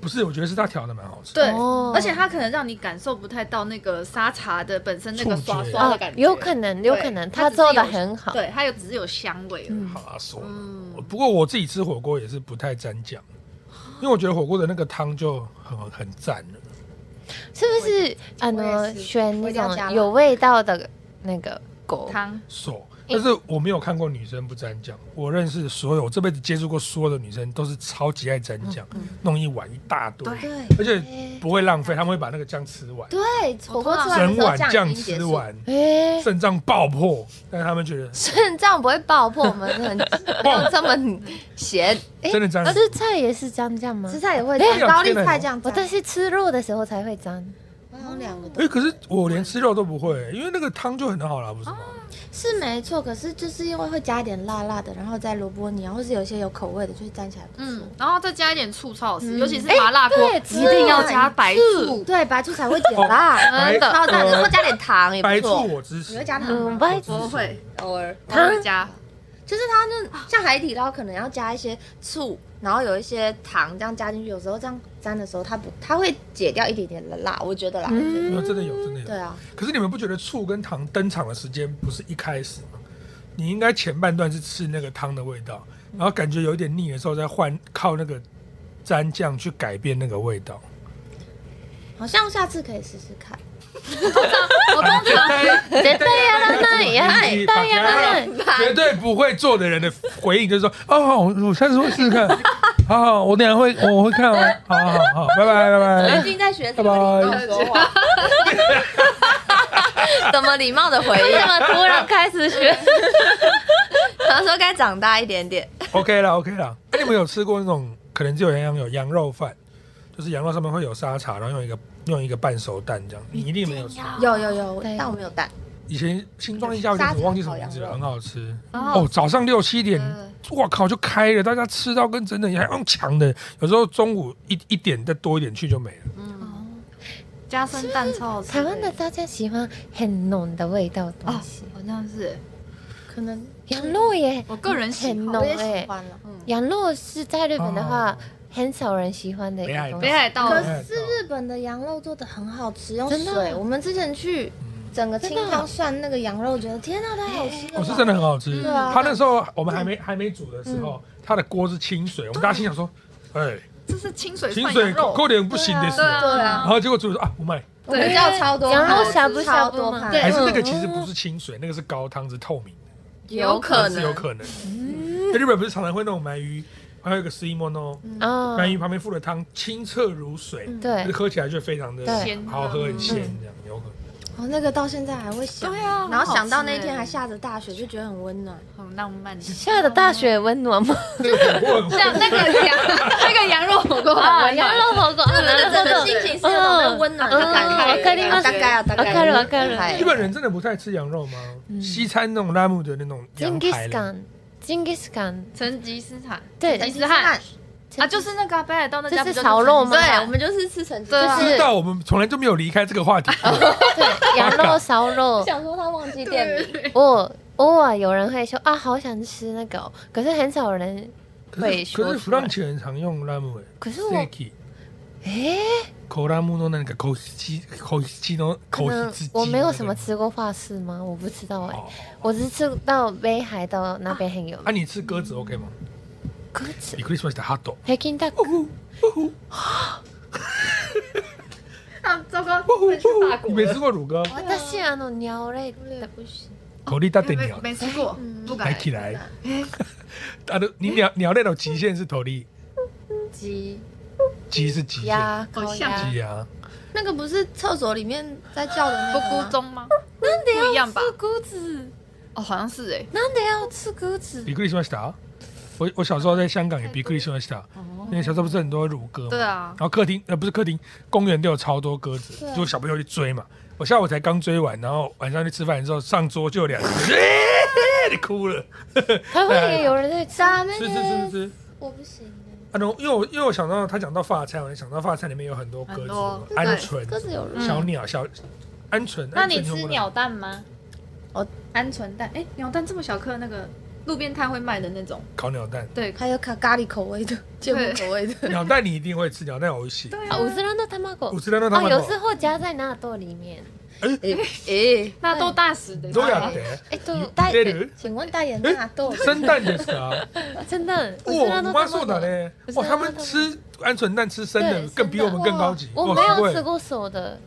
Speaker 3: 不是，我觉得是他调的蛮好吃。
Speaker 2: 对
Speaker 1: 哦，
Speaker 2: 而且它可能让你感受不太到那个沙茶的本身那个
Speaker 3: 触觉
Speaker 2: 刷刷
Speaker 1: 啊
Speaker 2: 的感，觉，
Speaker 1: 有可能，有可能他做的很好。
Speaker 2: 对，它有只是有香味
Speaker 4: 嗯
Speaker 2: 了。
Speaker 3: 好啊，说。
Speaker 2: 嗯，
Speaker 3: 不过我自己吃火锅也是不太沾酱，因为我觉得火锅的那个汤就很很赞了。
Speaker 1: 是不是啊？
Speaker 4: 我也
Speaker 1: 呢，
Speaker 4: 是
Speaker 1: 选那
Speaker 4: 我一定要
Speaker 1: 种
Speaker 4: 加辣
Speaker 1: 有味道的那个狗，
Speaker 2: 汤
Speaker 3: 说，但是我没有看过女生不沾酱。我认识所有我这辈子接触过所有的女生都是超级爱沾酱，
Speaker 4: 嗯
Speaker 3: 弄一碗一大堆，
Speaker 1: 对
Speaker 3: 而且不会浪费，他们会把那个酱吃完，
Speaker 4: 对，火锅吃完
Speaker 3: 整
Speaker 4: 的时候
Speaker 3: 碗
Speaker 4: 酱
Speaker 3: 酱
Speaker 4: 已经结
Speaker 3: 吃
Speaker 4: 束，
Speaker 3: 完，
Speaker 1: 哎，
Speaker 3: 肾脏爆破，但是他们觉得
Speaker 4: 肾脏不会爆破，我们很没有这么咸。
Speaker 1: 哎
Speaker 3: 真的沾。
Speaker 1: 吃菜也是沾酱吗
Speaker 4: 吃？菜也会
Speaker 3: 哎
Speaker 4: 沾，高丽菜酱
Speaker 1: 我
Speaker 4: 沾，
Speaker 1: 但是吃肉的时候才会沾，
Speaker 4: 我好像两个都
Speaker 3: 哎、可是我连吃肉都不会、因为那个汤就很好了，不是吗？
Speaker 4: 是没错，可是就是因为会加一点辣辣的，然后再萝卜泥啊，或是有一些有口味的，就是沾起来不错
Speaker 2: 嗯。，然后再加一点醋，超好吃，尤其是麻辣锅，一定要加白醋。
Speaker 4: 对，白醋才会减辣，
Speaker 3: 哦白 呃
Speaker 4: 然后再然后加点糖也
Speaker 3: 白
Speaker 4: 不
Speaker 3: 醋
Speaker 4: 错。
Speaker 3: 我支
Speaker 4: 你
Speaker 3: 持
Speaker 4: 会，加糖
Speaker 1: 嗯，
Speaker 4: 吗？
Speaker 1: 白
Speaker 2: 我会，
Speaker 4: 偶尔，
Speaker 2: 我会加。
Speaker 4: 就是它那像海底捞可能要加一些醋，然后有一些糖这样加进去，有时候这样沾的时候，它不它会解掉一点点的辣，我觉得啦，我觉得
Speaker 3: 没有真的有，真的有。
Speaker 4: 对啊，
Speaker 3: 可是你们不觉得醋跟糖登场的时间不是一开始吗？你应该前半段是吃那个汤的味道，然后感觉有一点腻的时候再换靠那个蘸酱去改变那个味道。
Speaker 4: 好像下次可以试试看。
Speaker 2: 我通常
Speaker 1: 絶対やらないや絶対やらない
Speaker 3: 绝对不会做的人的回应就是说：“哦，我下次会试试看。好好，我等一下会我会看哦。好好好，拜拜拜
Speaker 4: 最
Speaker 3: 拜。
Speaker 4: 近在学怎么礼貌说话，
Speaker 2: 怎么礼貌的回 应？
Speaker 4: 啊
Speaker 1: 怎么突然开始学？
Speaker 4: 他说该长大一点点。
Speaker 3: ”OK 啦 OK 啦。那、你们有吃过那种可能只有洋洋有羊肉饭，就是羊肉上面会有沙茶，然后用一个用一个半熟蛋这样，你一定没有吃。
Speaker 4: 有有有
Speaker 1: 对，
Speaker 4: 但我没有带。
Speaker 3: 以前新庄一家有一家我忘记什么名字了，
Speaker 4: 沙茶烤
Speaker 3: 很好吃。
Speaker 2: 哦
Speaker 3: 哦，早上六七点
Speaker 2: 嗯，
Speaker 3: 哇靠，就开了，大家吃到跟整整一样，还用抢的。有时候中午一一点再多一点去就没了。
Speaker 2: 加生蛋超好吃。
Speaker 1: 台湾的大家喜欢很浓的味道的东
Speaker 2: 哦
Speaker 1: 西，，
Speaker 2: 好像是
Speaker 4: 可能
Speaker 1: 羊肉也
Speaker 2: 我个人喜
Speaker 1: 很
Speaker 2: 好
Speaker 1: 浓
Speaker 4: 我也
Speaker 1: 哎
Speaker 4: 喜欢了。嗯
Speaker 1: 羊肉是在日本的话、
Speaker 3: 哦
Speaker 1: 很少人喜欢的一
Speaker 3: 北海
Speaker 1: 个东
Speaker 2: 北
Speaker 1: 西。
Speaker 2: 海道
Speaker 4: 可
Speaker 2: 的
Speaker 3: 哎
Speaker 4: 是
Speaker 3: 啊
Speaker 4: 日本的羊肉做的啊很好吃，用
Speaker 1: 真的
Speaker 4: 水。我们之前去整个清
Speaker 1: 真的
Speaker 4: 汤涮那个羊肉，觉得天哪，太好吃了吧！
Speaker 3: 哦，是真的很好吃。
Speaker 4: 对啊
Speaker 3: 他那时候我们还没还没煮的时候，他的锅是清水，我们大家心想说，哎，
Speaker 2: 这是清水
Speaker 3: 清
Speaker 2: 涮
Speaker 3: 水
Speaker 2: 羊
Speaker 3: 扣
Speaker 2: 肉，
Speaker 3: 扣点不行的是。
Speaker 2: 对啊
Speaker 4: 对
Speaker 3: 然
Speaker 4: 啊，
Speaker 3: 后结果煮说啊，不卖，
Speaker 4: 我们叫超多
Speaker 1: 羊
Speaker 4: 盘，
Speaker 1: 肉呷哺
Speaker 4: 超
Speaker 1: 呷哺
Speaker 4: 多
Speaker 1: 吗
Speaker 4: 盘，
Speaker 2: 对
Speaker 3: 还是那
Speaker 1: 嗯
Speaker 3: 个其实不是清水，那个是高汤，是透明的，
Speaker 2: 有可
Speaker 3: 是有可能。
Speaker 1: 嗯
Speaker 3: 在日本不是常常会那种鳗鱼，还有一个 s i m o n o
Speaker 1: 哦
Speaker 3: 鳗鱼旁边附的汤清澈如水，
Speaker 1: 嗯对
Speaker 3: 就，喝起来就非常的
Speaker 1: 对
Speaker 2: 鲜
Speaker 3: 好喝，很鲜
Speaker 1: 嗯
Speaker 3: 这样，有可能。
Speaker 4: 哦，那个到现在还会想，
Speaker 2: 对啊
Speaker 4: 然后想到
Speaker 2: 很好
Speaker 4: 那
Speaker 2: 吃
Speaker 4: 天
Speaker 2: 欸
Speaker 4: 还下着大雪，就觉得很温暖。
Speaker 2: 很浪漫。像
Speaker 1: 下的大雪温暖吗？
Speaker 3: 那个火锅很火
Speaker 2: 那个羊那个羊肉 火锅很
Speaker 4: 啊
Speaker 2: 温
Speaker 1: 羊
Speaker 2: 暖，
Speaker 1: 肉火锅，
Speaker 4: 日本的
Speaker 1: 嗯
Speaker 4: 整个心情是有种被温暖的感
Speaker 1: 嗯
Speaker 4: 觉。
Speaker 1: わかります
Speaker 4: 大概啊，大概。
Speaker 1: わかるわかる
Speaker 4: はい
Speaker 3: 日本人真的不太吃羊肉吗？
Speaker 1: 嗯
Speaker 3: 西餐那种拉姆的那种羊
Speaker 1: Genghis
Speaker 3: 排嘞，
Speaker 1: Khan。金吉斯坎，
Speaker 2: 成吉思汗
Speaker 1: 对，
Speaker 2: 成吉思汗
Speaker 4: 汗，
Speaker 2: 啊，就是那个啊北海道那家
Speaker 1: 这是
Speaker 2: 不就
Speaker 1: 烧肉吗
Speaker 2: 成吉思汗
Speaker 4: 对，我们就是吃成绩。
Speaker 2: 对啊
Speaker 1: 就
Speaker 3: 知
Speaker 1: 是
Speaker 3: 道我们从来就没有离开这个话题。
Speaker 1: 对羊肉烧肉，
Speaker 4: 想说他忘记店名，
Speaker 1: 我偶尔有人会说啊，好想吃那个哦、可是很少人
Speaker 3: 可
Speaker 1: 会
Speaker 3: 是可
Speaker 1: 说
Speaker 3: 是
Speaker 1: 出
Speaker 3: 弗
Speaker 1: 来
Speaker 3: 朗。奇人常用拉姆诶，
Speaker 1: 可是我，
Speaker 3: steak，
Speaker 1: 诶，
Speaker 3: 口拉姆诺那个口西口西诺
Speaker 1: 可
Speaker 3: 口
Speaker 1: 能
Speaker 3: 西
Speaker 1: 我没有什么。吃过法式吗？我不知道哎、
Speaker 3: 哦
Speaker 1: 我只吃到北海道那边很有
Speaker 3: 啊，
Speaker 1: 名。
Speaker 3: 你吃鸽子 OK 吗？
Speaker 1: 鸽子
Speaker 3: 你，可以说是哈斗。
Speaker 1: 北京大
Speaker 2: 啊，糟糕，会去法
Speaker 3: 你
Speaker 2: 国
Speaker 3: 没吃过乳鸽？
Speaker 1: 但是あの鸟类的
Speaker 4: 不行。
Speaker 3: 口力大点
Speaker 2: 没
Speaker 3: 鸟，
Speaker 2: 没吃过，不
Speaker 3: 抬
Speaker 2: 敢
Speaker 3: 起来。啊，你鸟鸟类的极限是头力，
Speaker 1: 鸡
Speaker 3: 鸡是极限，
Speaker 1: 鸭、
Speaker 2: 好
Speaker 1: 烤
Speaker 2: 像
Speaker 1: 鸭，
Speaker 3: 鸡啊。
Speaker 4: 那个不是厕所里面在叫的那
Speaker 2: 不
Speaker 4: 个
Speaker 2: 孤
Speaker 4: 吗？
Speaker 2: 中吗？不一样吧？
Speaker 1: 鸽子，
Speaker 2: 哦，好像是哎，
Speaker 1: なんで要吃鸽子？
Speaker 3: 比克利希达，我我小时候在香港也比克利希达，因为小时候不是很多乳鸽嘛，
Speaker 2: 对啊
Speaker 3: 然后客厅呃不是客厅，公园都有超多鸽子
Speaker 4: 对，啊
Speaker 3: 就小朋友去追嘛。我下午才刚追完，然后晚上去吃饭的时候，上桌就有两只， 你哭了， 啊
Speaker 1: 台湾也有人在吃，
Speaker 4: 咱们
Speaker 3: 吃吃吃吃。
Speaker 4: 我不行
Speaker 3: 啊，然后因为我因为我想到他讲到法餐，我就想到法餐里面有很多鸽
Speaker 2: 很
Speaker 3: 子
Speaker 2: 多
Speaker 3: 嘛，
Speaker 2: 对
Speaker 3: 鹌鹑、
Speaker 4: 鸽子有肉，
Speaker 3: 小鸟、小鹌鹑。
Speaker 2: 那你
Speaker 3: 鹌鹑用
Speaker 2: 吃
Speaker 3: 不了
Speaker 2: 鸟蛋吗？
Speaker 4: 哦，
Speaker 2: 鹌鹑蛋，哎，鸟蛋这么小颗，那个路边摊会卖的那种，
Speaker 3: 烤鸟蛋？
Speaker 2: 对，
Speaker 4: 还有咖咖喱口味的、芥末 口味的，
Speaker 3: 鸟蛋你一定会吃，鸟蛋我喜。
Speaker 2: 对
Speaker 1: 啊，
Speaker 2: 啊
Speaker 1: 五十人的卵
Speaker 3: 我。知道那他
Speaker 1: 啊，
Speaker 3: 们
Speaker 1: 有时候加在纳豆里面。
Speaker 4: 诶，
Speaker 2: 那都大食的，
Speaker 3: 都要得。
Speaker 1: 哎，对，
Speaker 4: 大
Speaker 3: 出る
Speaker 4: 爷，请问大爷纳豆？
Speaker 3: 生蛋ですか？
Speaker 1: 真的，
Speaker 3: 哇，
Speaker 1: 我
Speaker 3: 我
Speaker 1: 知道
Speaker 3: 妈
Speaker 1: 那
Speaker 3: 说
Speaker 1: 个
Speaker 3: 的嘞，
Speaker 1: 不是
Speaker 3: 哇，
Speaker 1: 那
Speaker 3: 他
Speaker 1: 个
Speaker 3: 们
Speaker 1: 蛋
Speaker 3: 吃鹌鹑蛋吃生的
Speaker 1: 对，
Speaker 3: 更比我们更高级。
Speaker 1: 我
Speaker 3: 哇
Speaker 1: 没
Speaker 3: 是不
Speaker 1: 有
Speaker 3: 是
Speaker 1: 吃过熟的，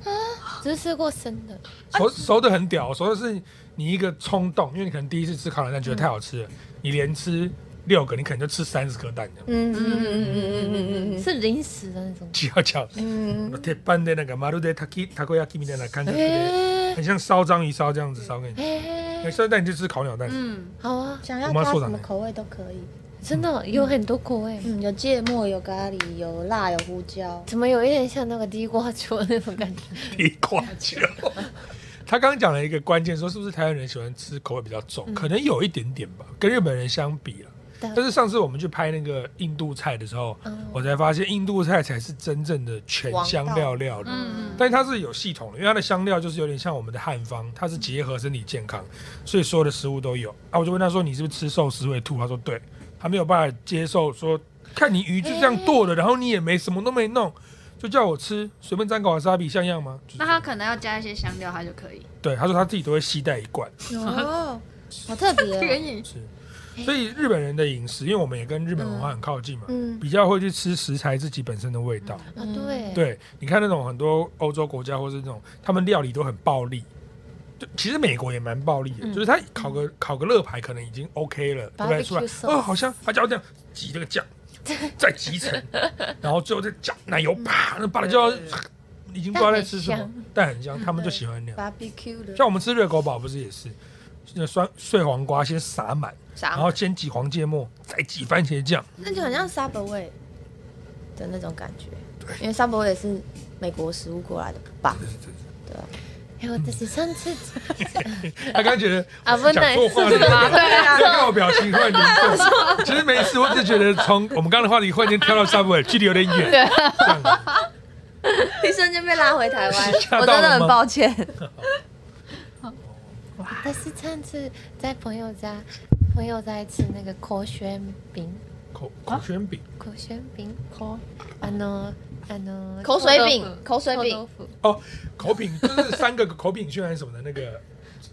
Speaker 1: 只吃过生的。
Speaker 3: 熟熟的很屌，熟的是你一个冲动，因为你可能第一次吃烤鸟蛋觉得太好吃了，你连吃六个，你可能就吃三十颗蛋这样。
Speaker 4: 嗯嗯嗯嗯嗯嗯嗯
Speaker 1: 是零食的那种。
Speaker 3: 几号巧，
Speaker 4: 嗯，
Speaker 3: 铁板的那个马路的塔基塔锅亚基米的那看起来
Speaker 1: 哎
Speaker 3: 很像烧章鱼烧这样子烧给你。
Speaker 1: 哎，
Speaker 3: 生蛋你就吃烤鸟蛋，
Speaker 2: 嗯，
Speaker 1: 好啊，
Speaker 4: 想要
Speaker 3: 我妈
Speaker 4: 加
Speaker 3: 说的
Speaker 4: 什么
Speaker 3: 呢
Speaker 4: 口味都可以。
Speaker 1: 真的有很多口味，
Speaker 4: 嗯，有芥末，有咖喱，有辣，有胡椒。
Speaker 1: 怎么有一点像那个地瓜球那种感觉？
Speaker 3: 一块球。他刚刚讲了一个关键，说是不是台湾人喜欢吃口味比较重，可能有一点点吧，跟日本人相比啊了。
Speaker 1: 对
Speaker 3: 但是上次我们去拍那个印度菜的时候，
Speaker 2: 嗯
Speaker 3: 我才发现印度菜才是真正的全香料料理。
Speaker 2: 嗯
Speaker 3: 但是它是有系统的，因为它的香料就是有点像我们的汉方，它是结合身体健康，所以所有的食物都有。啊，我就问他说：“你是不是吃寿司会吐？”他说：“对。”他没有办法接受说，看你鱼就这样剁了，然后你也没什么都没弄，就叫我吃，随便沾个瓦萨比像样吗？就是
Speaker 2: 那他可能要加一些香料，他就可以。
Speaker 3: 对，他说他自己都会携带一罐，
Speaker 4: 哦，好特别哦。
Speaker 2: 以，
Speaker 3: 是，所以日本人的饮食，因为我们也跟日本文化很靠近嘛，
Speaker 1: 嗯，
Speaker 3: 比较会去吃食材自己本身的味道。
Speaker 1: 啊对，
Speaker 3: 对，你看那种很多欧洲国家或是那种，他们料理都很暴力。就其实美国也蛮暴力的，
Speaker 1: 嗯
Speaker 3: 就是他烤个烤个乐排可能已经 OK 了，对不对？
Speaker 1: Barbecue
Speaker 3: 出来
Speaker 1: sauce
Speaker 3: 哦，好像他就要这样挤这个 酱，再挤一层，然后最后再加奶
Speaker 1: 嗯
Speaker 3: 油，啪，那把辣椒已经不知道在吃什
Speaker 1: 但
Speaker 3: 么
Speaker 1: 很，嗯
Speaker 3: 但很香，他们就喜欢那样。
Speaker 4: barbecue 的
Speaker 3: 像我们吃热狗堡不是也是，那酸碎黄瓜先撒满，
Speaker 4: 啥
Speaker 3: 然后先挤黄芥末，再挤番茄酱，
Speaker 4: 那就很像 Subway 的那种感觉，因为 Subway 也是美国食物过来的吧？
Speaker 3: 对对对
Speaker 1: 哎，我自己上次
Speaker 3: 他刚觉得
Speaker 1: 啊不
Speaker 3: 讲错话
Speaker 1: 能是
Speaker 3: 了
Speaker 1: 吧
Speaker 2: 对啊
Speaker 3: 不要看我表情 忽然严重。其实没事，我只觉得从我们刚刚的话题忽然间跳到 Subway，距离有点远。这样子
Speaker 4: 一瞬间被拉回台湾
Speaker 3: 吓，到了吗
Speaker 4: 我真的很抱歉。
Speaker 1: 但是上次在朋友家，朋友在吃那个口旋饼，
Speaker 3: 口口宣饼
Speaker 1: 口旋饼，口，啊喏啊喏，
Speaker 4: 口水饼
Speaker 1: 臭豆腐
Speaker 4: 口水饼
Speaker 1: 臭豆腐
Speaker 3: 哦，口饼就是三个口饼渲染什么的那 个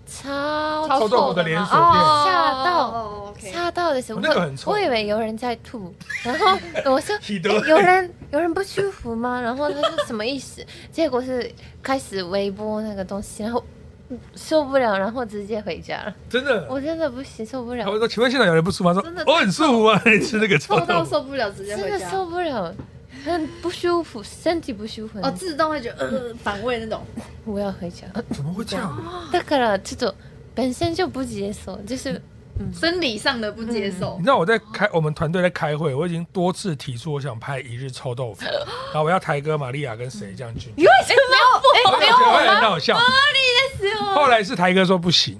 Speaker 1: 超
Speaker 3: 臭豆腐的连锁店，
Speaker 1: 吓到
Speaker 2: 哦，OK
Speaker 1: 吓到的时候，
Speaker 3: 那个很臭
Speaker 1: 我我以为有人在吐， 然后我说
Speaker 3: 喜得
Speaker 1: 欸有人有人不舒服吗？然后他说什么意思？ 结果是开始微波那个东西，然后嗯受不了，然后直接回家了。
Speaker 3: 真的。
Speaker 1: 我真的不行，受不了
Speaker 3: 嗯然，后说：“请问现场有人不舒服吗？”说
Speaker 2: 真的：“
Speaker 3: 我很舒服啊，你吃那个臭豆
Speaker 2: 臭到
Speaker 3: 腐。
Speaker 2: 受不了，直接
Speaker 1: 真
Speaker 2: 回
Speaker 1: 的
Speaker 2: 家。
Speaker 1: 受不了，很不舒服，身体不舒服。
Speaker 2: 哦，自动会觉得呃反胃那种。
Speaker 1: 我要回家。”
Speaker 3: 怎么会这样？
Speaker 1: だからちょっと本身就不接受，就是
Speaker 2: 生理上的不接受
Speaker 3: 你，知道我在开我们团队在开会，我已经多次提出我想拍一日臭豆腐，然后我要台哥、玛利亚跟谁这样去。
Speaker 1: 为什么
Speaker 3: 没有我很好笑。后来是台哥说不行，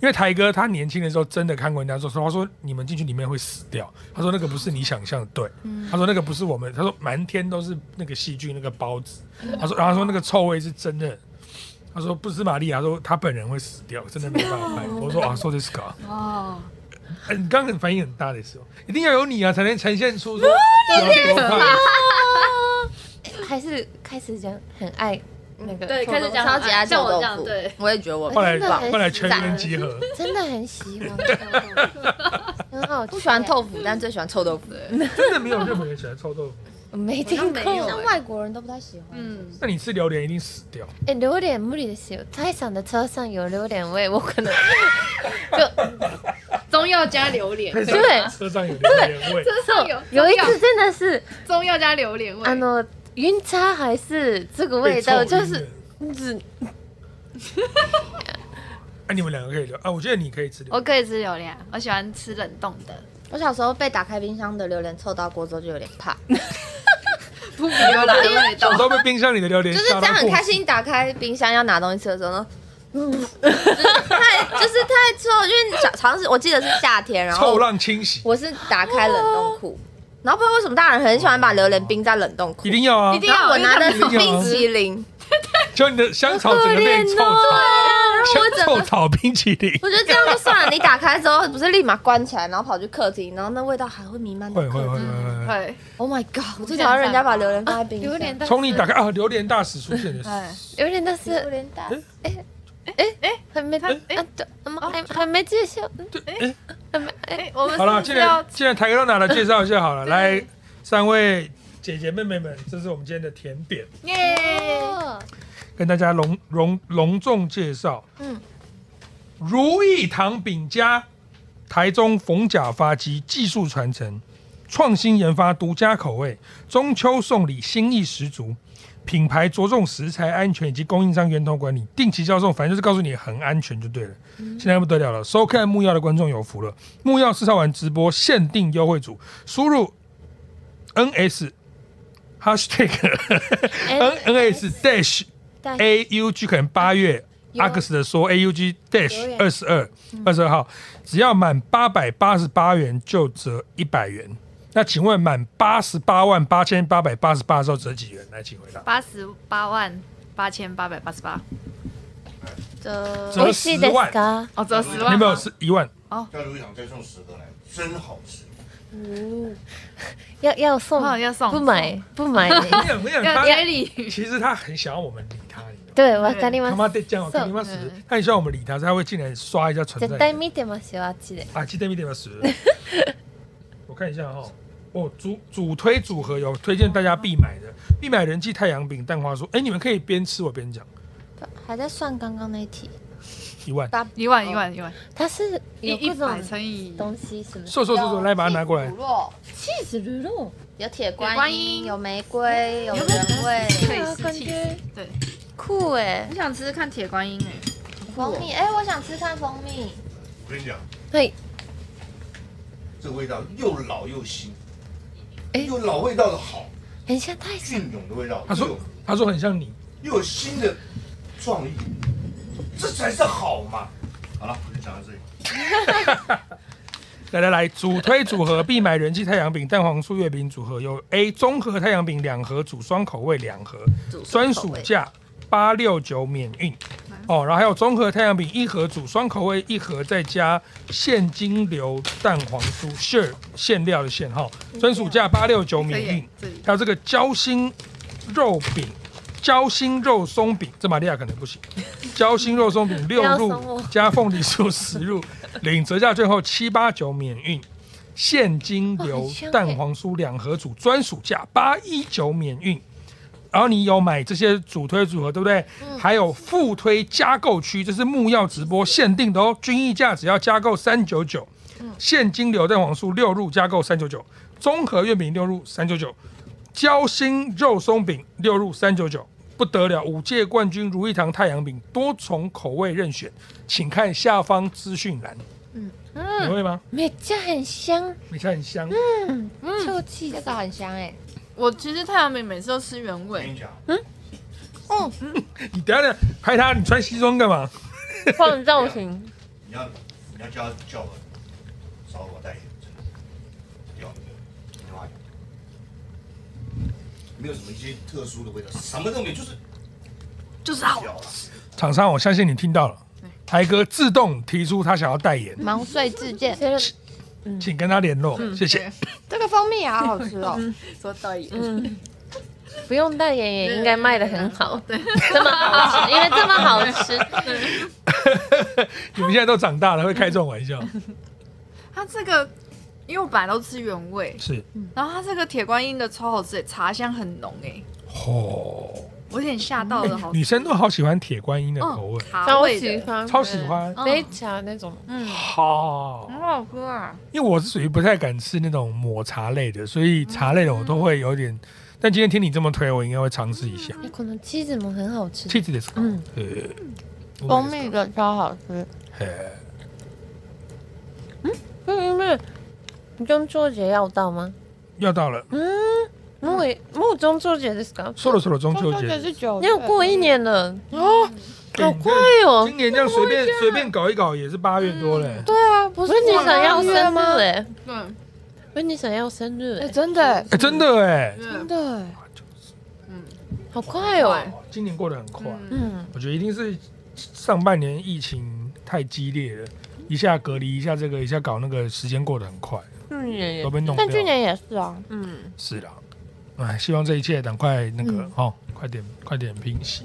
Speaker 3: 因为台哥他年轻的时候真的看过人家说说，他说你们进去里面会死掉，他说那个不是你想象的，对，他说那个不是我们，他说满天都是那个细菌那个孢子，他说然后他说那个臭味是真的。他说：“不是玛利亚，他说他本人会死掉，真的没办法拍。”我说：“啊，说这是搞，
Speaker 2: 哦，
Speaker 3: 哎你刚刚反应很大的时候，一定要有你啊，才能呈现出说有多怕。
Speaker 1: 还是开始讲很爱那
Speaker 4: 嗯
Speaker 1: 个
Speaker 2: 对，
Speaker 1: 臭
Speaker 2: 开始
Speaker 1: 豆腐
Speaker 2: 讲
Speaker 4: 超级爱
Speaker 2: 像
Speaker 4: 臭
Speaker 2: 我
Speaker 4: 豆
Speaker 2: 这样，
Speaker 4: 腐
Speaker 2: 对，
Speaker 4: 我也觉得我
Speaker 1: 我
Speaker 3: 后来
Speaker 1: 真的很
Speaker 3: 后来全
Speaker 1: 喜欢
Speaker 3: 员集合，
Speaker 1: 真的很喜 欢臭豆腐，很好吃，
Speaker 4: 不喜欢豆腐，但最喜欢臭豆腐。
Speaker 3: 真的没有任何人喜欢臭豆腐。
Speaker 1: 我没听
Speaker 2: 好像没有
Speaker 1: 过
Speaker 2: 欸。
Speaker 4: 外国人都不太喜欢
Speaker 2: 嗯，
Speaker 3: 那你吃榴莲一定死掉。
Speaker 1: 哎，榴莲無理ですよ。泰山的车上有榴莲味，我可 能就
Speaker 2: 中药加榴莲，
Speaker 3: 配上
Speaker 1: 对
Speaker 3: 车上有榴莲味，
Speaker 2: 上有
Speaker 1: 有一次真的是，
Speaker 2: 中药加榴莲味，
Speaker 1: あの云茶还是这个味道，
Speaker 3: 被
Speaker 1: 就
Speaker 3: 臭晕
Speaker 1: 是
Speaker 3: 了。
Speaker 1: 只
Speaker 3: 哎，你们两个可以聊啊，我觉得你可以吃榴
Speaker 2: 我可以吃榴莲，我喜欢吃冷冻的，
Speaker 4: 我小时候被打开冰箱的榴莲臭到锅之后就有点怕，
Speaker 3: 哎
Speaker 2: 扑鼻而来的味
Speaker 3: 莲，我
Speaker 2: 道，
Speaker 3: 都被冰箱里的榴莲
Speaker 4: 就是
Speaker 3: 吓
Speaker 4: 这
Speaker 3: 到
Speaker 4: 样很
Speaker 3: 过
Speaker 4: 开。心打开冰箱要拿东西吃的时候呢。嗯， 就是太就是太臭，因为小好像是我记得是夏天，然后
Speaker 3: 臭浪清洗
Speaker 4: 我是打开冷冻库，然后不知道为什么大人很喜欢把榴莲冰在冷冻库
Speaker 3: 一，定要啊
Speaker 2: 一！定
Speaker 4: 然后我拿的是
Speaker 3: 一定要
Speaker 4: 冰淇淋，
Speaker 3: 就你的香草整个变臭草，
Speaker 4: 然后我
Speaker 3: 香
Speaker 4: 整
Speaker 3: 臭
Speaker 4: 个
Speaker 3: 草冰淇淋。
Speaker 4: 我觉得这样就算了，你打开之后不是立马关起来，然后跑去客厅，然后那味道还会弥漫到
Speaker 3: 会
Speaker 4: 客
Speaker 3: 会会会
Speaker 4: 厅。
Speaker 3: 会。
Speaker 2: 对，
Speaker 4: Oh my god！我最讨厌人家把榴莲放在冰箱。
Speaker 1: 榴莲大师，
Speaker 3: 从你打开啊，榴莲大使出现的，
Speaker 2: 哎，
Speaker 1: 榴莲大师
Speaker 4: 榴莲大
Speaker 3: 嗯
Speaker 1: 还没啊，对，还还没介绍，
Speaker 3: 哎
Speaker 1: 还没哎。
Speaker 2: 哎，我们
Speaker 3: 好了，
Speaker 2: 是
Speaker 3: 既
Speaker 2: 不是要
Speaker 3: 然既然台哥都拿来介绍一下 好了，来三位姐姐妹妹们，这是我们今天的甜点，
Speaker 2: 耶，
Speaker 3: 跟大家隆隆隆重介绍。
Speaker 4: 嗯
Speaker 3: 如意堂饼家，台中逢甲发基技术传承，创新研发独家口味，中秋送礼心意十足。品牌着重食材安全以及供应商源头管理，定期销售，反正就是告诉你很安全就对了。现在不得了了，收看木曜的观众有福了。木曜试唱完直播限定优惠组，输入 NS hashtag N N S dash
Speaker 1: Dash 嗯
Speaker 3: A U G 可能八月
Speaker 1: 有嗯
Speaker 3: 阿克斯的说 A U G dash
Speaker 1: 留言
Speaker 3: 二十二二十二号，只要满八百八十八元就折一百元。那请问满八十八万八千八百八十八的时候折几元？来，请回答。
Speaker 2: 八十八万八千八百八十八，
Speaker 4: 的
Speaker 1: 美味しいですか？
Speaker 2: 哦，只有十
Speaker 3: 你
Speaker 2: 万，
Speaker 3: 有没有是一万？
Speaker 5: 要如意堂再送十个来，真好吃。
Speaker 1: 要要送，
Speaker 2: 哦要送
Speaker 1: 不买不买。
Speaker 3: 我跟你讲我跟你讲，
Speaker 2: 要
Speaker 3: 他
Speaker 2: 接礼，
Speaker 3: 其实他很想要我们理他，你知道吗
Speaker 1: 对、啊わかりま
Speaker 3: 他
Speaker 1: す。
Speaker 3: 妈得这样，我跟你妈死
Speaker 2: そう。
Speaker 3: 他很希望我们理他，所以他会进来刷一下存
Speaker 1: 絶
Speaker 3: 在
Speaker 1: 対
Speaker 3: 感。
Speaker 1: 見てますよ、あっちで。
Speaker 3: 啊，记得一点吧，死。 我看一下哈，哦，主主推组合有推荐大家必买的，必买人气太阳饼、蛋花酥。哎，你们可以边吃我边讲，
Speaker 1: 还在算刚刚那一题，
Speaker 3: 一万。
Speaker 2: 一万一万一万，
Speaker 1: 它是
Speaker 2: 一
Speaker 1: 有
Speaker 2: 一
Speaker 1: 各
Speaker 2: 百
Speaker 1: 种
Speaker 2: 乘以
Speaker 1: 东西，是不是？
Speaker 3: 瘦瘦瘦瘦，来把它拿过来。
Speaker 1: cheese 乳酪，
Speaker 4: 有铁
Speaker 2: 观音
Speaker 4: 观音，有玫瑰，有
Speaker 2: 有没有
Speaker 4: 人味。
Speaker 2: 对
Speaker 1: 啊
Speaker 2: 是
Speaker 1: 感
Speaker 2: cheese
Speaker 1: 觉
Speaker 2: 对，
Speaker 1: 酷哎
Speaker 2: 我。想吃吃看铁观音哎，
Speaker 4: 蜂蜜，哎、我想吃看蜂蜜。
Speaker 5: 我跟你讲，
Speaker 1: 嘿，
Speaker 5: 这个味道又老又新，
Speaker 1: 哎
Speaker 5: 有老味道的好，
Speaker 1: 很像泰式。
Speaker 5: 隽永的味道，
Speaker 3: 他
Speaker 5: 又
Speaker 3: 说
Speaker 5: 有
Speaker 3: 他说很像你，
Speaker 5: 又有新的创意，这才是好嘛。好了，我就讲到这里。
Speaker 3: 来来来，主推组合必买人气太阳饼、蛋黄酥月饼组合有 A 综合太阳饼两盒，主双口味两盒，专属价八六九免运。哦，然后还有综合太阳饼一盒，主双口味一盒，再加现金流蛋黄酥馅儿馅料的馅哈，专属价八六九
Speaker 2: 嗯可
Speaker 3: 免
Speaker 2: 以
Speaker 3: 运。
Speaker 2: 这里
Speaker 3: 还有这个焦心肉饼、焦心肉松饼，这玛利亚可能不行。焦心肉松饼六
Speaker 1: 不要松
Speaker 3: 入
Speaker 1: 我
Speaker 3: 加凤梨酥十入，领折价券后七八九免运。现金
Speaker 1: 哦
Speaker 3: 流
Speaker 1: 很香耶
Speaker 3: 蛋黄酥两盒组专属价八一九免运，然后你有买这些主推组合对不对？还有副推加购区，这是木曜直播限定的哦，均一价只要加购三九九，现金流蛋黄酥六入加购三九九，综合月饼六入三九九，焦心肉松饼六入三九九，不得了！五届冠军如意堂太阳饼多重口味任选，请看下方资讯栏。嗯嗯，你会吗？
Speaker 1: めっちゃ很香，
Speaker 3: 你看很香，
Speaker 1: 臭气
Speaker 4: 这个很香
Speaker 1: 欸
Speaker 4: 哎、
Speaker 2: 我其实太阳饼每次都吃原
Speaker 5: 我跟
Speaker 2: 味
Speaker 5: 你，讲，
Speaker 3: 你等一下拍他，你穿西装干嘛？
Speaker 1: 放造型，
Speaker 5: 你要你要叫叫我，找我代言，真的，屌，没话讲，没有什么一些特殊的味道，什么都没有，就是
Speaker 2: 就是好
Speaker 5: 屌了。
Speaker 3: 厂商，我相信你听到了，台哥自动提出他想要代言，
Speaker 4: 毛遂 自荐。
Speaker 1: 觉得
Speaker 3: 请跟他联络，谢谢。
Speaker 4: 这个蜂蜜好好吃哦，
Speaker 2: 说到一，
Speaker 1: 嗯，不用代言也应该卖的很好， 对，这么好 吃，因为这么好吃，
Speaker 3: 你们现在都长大了，会开这种玩笑，
Speaker 2: 它这个因为我本来都吃原味，
Speaker 3: 是
Speaker 2: 然后它这个铁观音的超好吃耶，茶香很浓哎，
Speaker 3: 哦，
Speaker 2: 我有点吓到了，好
Speaker 3: 哎女生都好喜欢铁观音的口味，
Speaker 2: 茶
Speaker 1: 超
Speaker 2: 味
Speaker 1: 喜
Speaker 2: 的，
Speaker 1: 欢，
Speaker 3: 超喜，欢。
Speaker 2: 嗯
Speaker 1: 非常那种，
Speaker 2: 嗯，
Speaker 3: 好，
Speaker 2: 很好喝啊，
Speaker 3: 因为我是属于不太敢吃那种抹茶类的，所以茶类的我都会有点。但今天听你这么推，我应该会尝试一下。
Speaker 1: 哎，可能鸡怎么很好吃，
Speaker 3: 气质的，嗯
Speaker 1: 嗯，
Speaker 4: 蜂蜜的超好吃。
Speaker 3: 呃
Speaker 1: 是嗯因为中秋节要到吗？
Speaker 3: 要到了，
Speaker 1: 嗯もうもう中秋节ですか？
Speaker 3: 说了说了中秋节，
Speaker 4: 是九
Speaker 1: 要过一年了嗯哦，
Speaker 3: 哎
Speaker 1: 好
Speaker 3: 你看
Speaker 1: 快哦！
Speaker 3: 今年这样随便随便搞一搞也是八月多嘞。
Speaker 4: 对啊，不
Speaker 1: 温妮想要生日
Speaker 4: 吗？
Speaker 1: 哎，
Speaker 2: 对
Speaker 1: 温妮想要生日
Speaker 4: 哎，
Speaker 1: 哎，
Speaker 4: 真的耶，
Speaker 3: 哎，真的哎，
Speaker 2: 对，
Speaker 4: 对，
Speaker 1: 好快哦！
Speaker 2: 快
Speaker 3: 今年过得很快。
Speaker 2: 嗯
Speaker 1: 嗯，
Speaker 3: 我觉得一定是上半年疫情太激烈了，一下隔离，一下这个，一下搞那个，时间过得很快，
Speaker 1: 去年
Speaker 3: 都
Speaker 1: 也
Speaker 3: 被弄掉
Speaker 4: 但
Speaker 3: 了。
Speaker 4: 去年也是啊，
Speaker 1: 嗯，
Speaker 3: 是啦，哎，希望这一切赶快那个、哦，快点快点平息。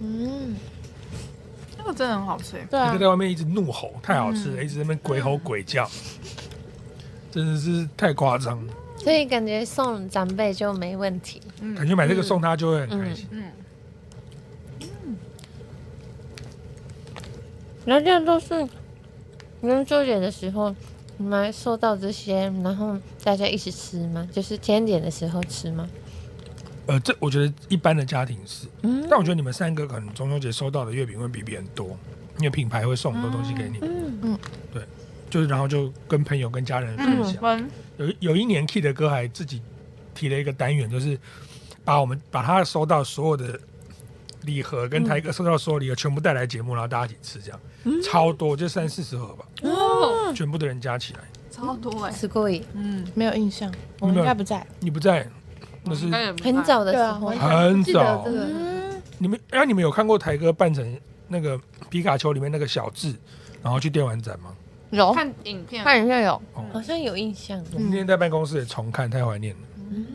Speaker 4: 嗯，
Speaker 2: 这个真的很好吃耶，
Speaker 4: 对
Speaker 3: 你
Speaker 4: 啊
Speaker 3: 可以，在外面一直怒吼，太好吃了，一直在那边鬼吼鬼叫，真的是太夸张了。
Speaker 1: 所以感觉送长辈就没问题。
Speaker 3: 感觉买这个送他就会很开心。
Speaker 2: 嗯，
Speaker 1: 然后这样都是中秋节的时候，你们还收到这些，然后大家一起吃吗？就是甜点的时候吃吗？
Speaker 3: 呃，这我觉得一般的家庭是，
Speaker 1: 嗯
Speaker 3: 但我觉得你们三个可能中秋节收到的月饼会比别人多，因为品牌会送很多东西给你们。
Speaker 1: 嗯
Speaker 3: 就是然后就跟朋友跟家人分
Speaker 1: 嗯
Speaker 3: 享。
Speaker 2: 分
Speaker 3: 有有一年 Key 的歌还自己提了一个单元，就是把我们把他收到所有的礼盒跟
Speaker 1: 嗯
Speaker 3: 台哥收到所有礼盒全部带来节目，然后大家一起吃，这样、超多，就三四十盒吧，
Speaker 2: 哦，
Speaker 3: 全部的人加起来。
Speaker 2: 超多哎，
Speaker 1: すごい，
Speaker 2: 嗯，
Speaker 6: 没有印象，
Speaker 3: 没有
Speaker 6: 我应该不在。
Speaker 3: 你不在，那
Speaker 1: 嗯
Speaker 3: 是
Speaker 2: 应该也不
Speaker 1: 很
Speaker 2: 大，
Speaker 1: 早的
Speaker 6: 对
Speaker 1: 时
Speaker 6: 啊，
Speaker 1: 候
Speaker 6: 我，
Speaker 3: 很
Speaker 6: 记得
Speaker 3: 早
Speaker 6: 这。个
Speaker 3: 你们哎、你们有看过台哥扮成那个皮卡丘里面那个小智，然后去电玩展吗？
Speaker 4: 有，
Speaker 2: 看影片，哦
Speaker 4: 看影片有，
Speaker 1: 好像有印象。
Speaker 3: 我们今天在办公室也重看，太怀念了。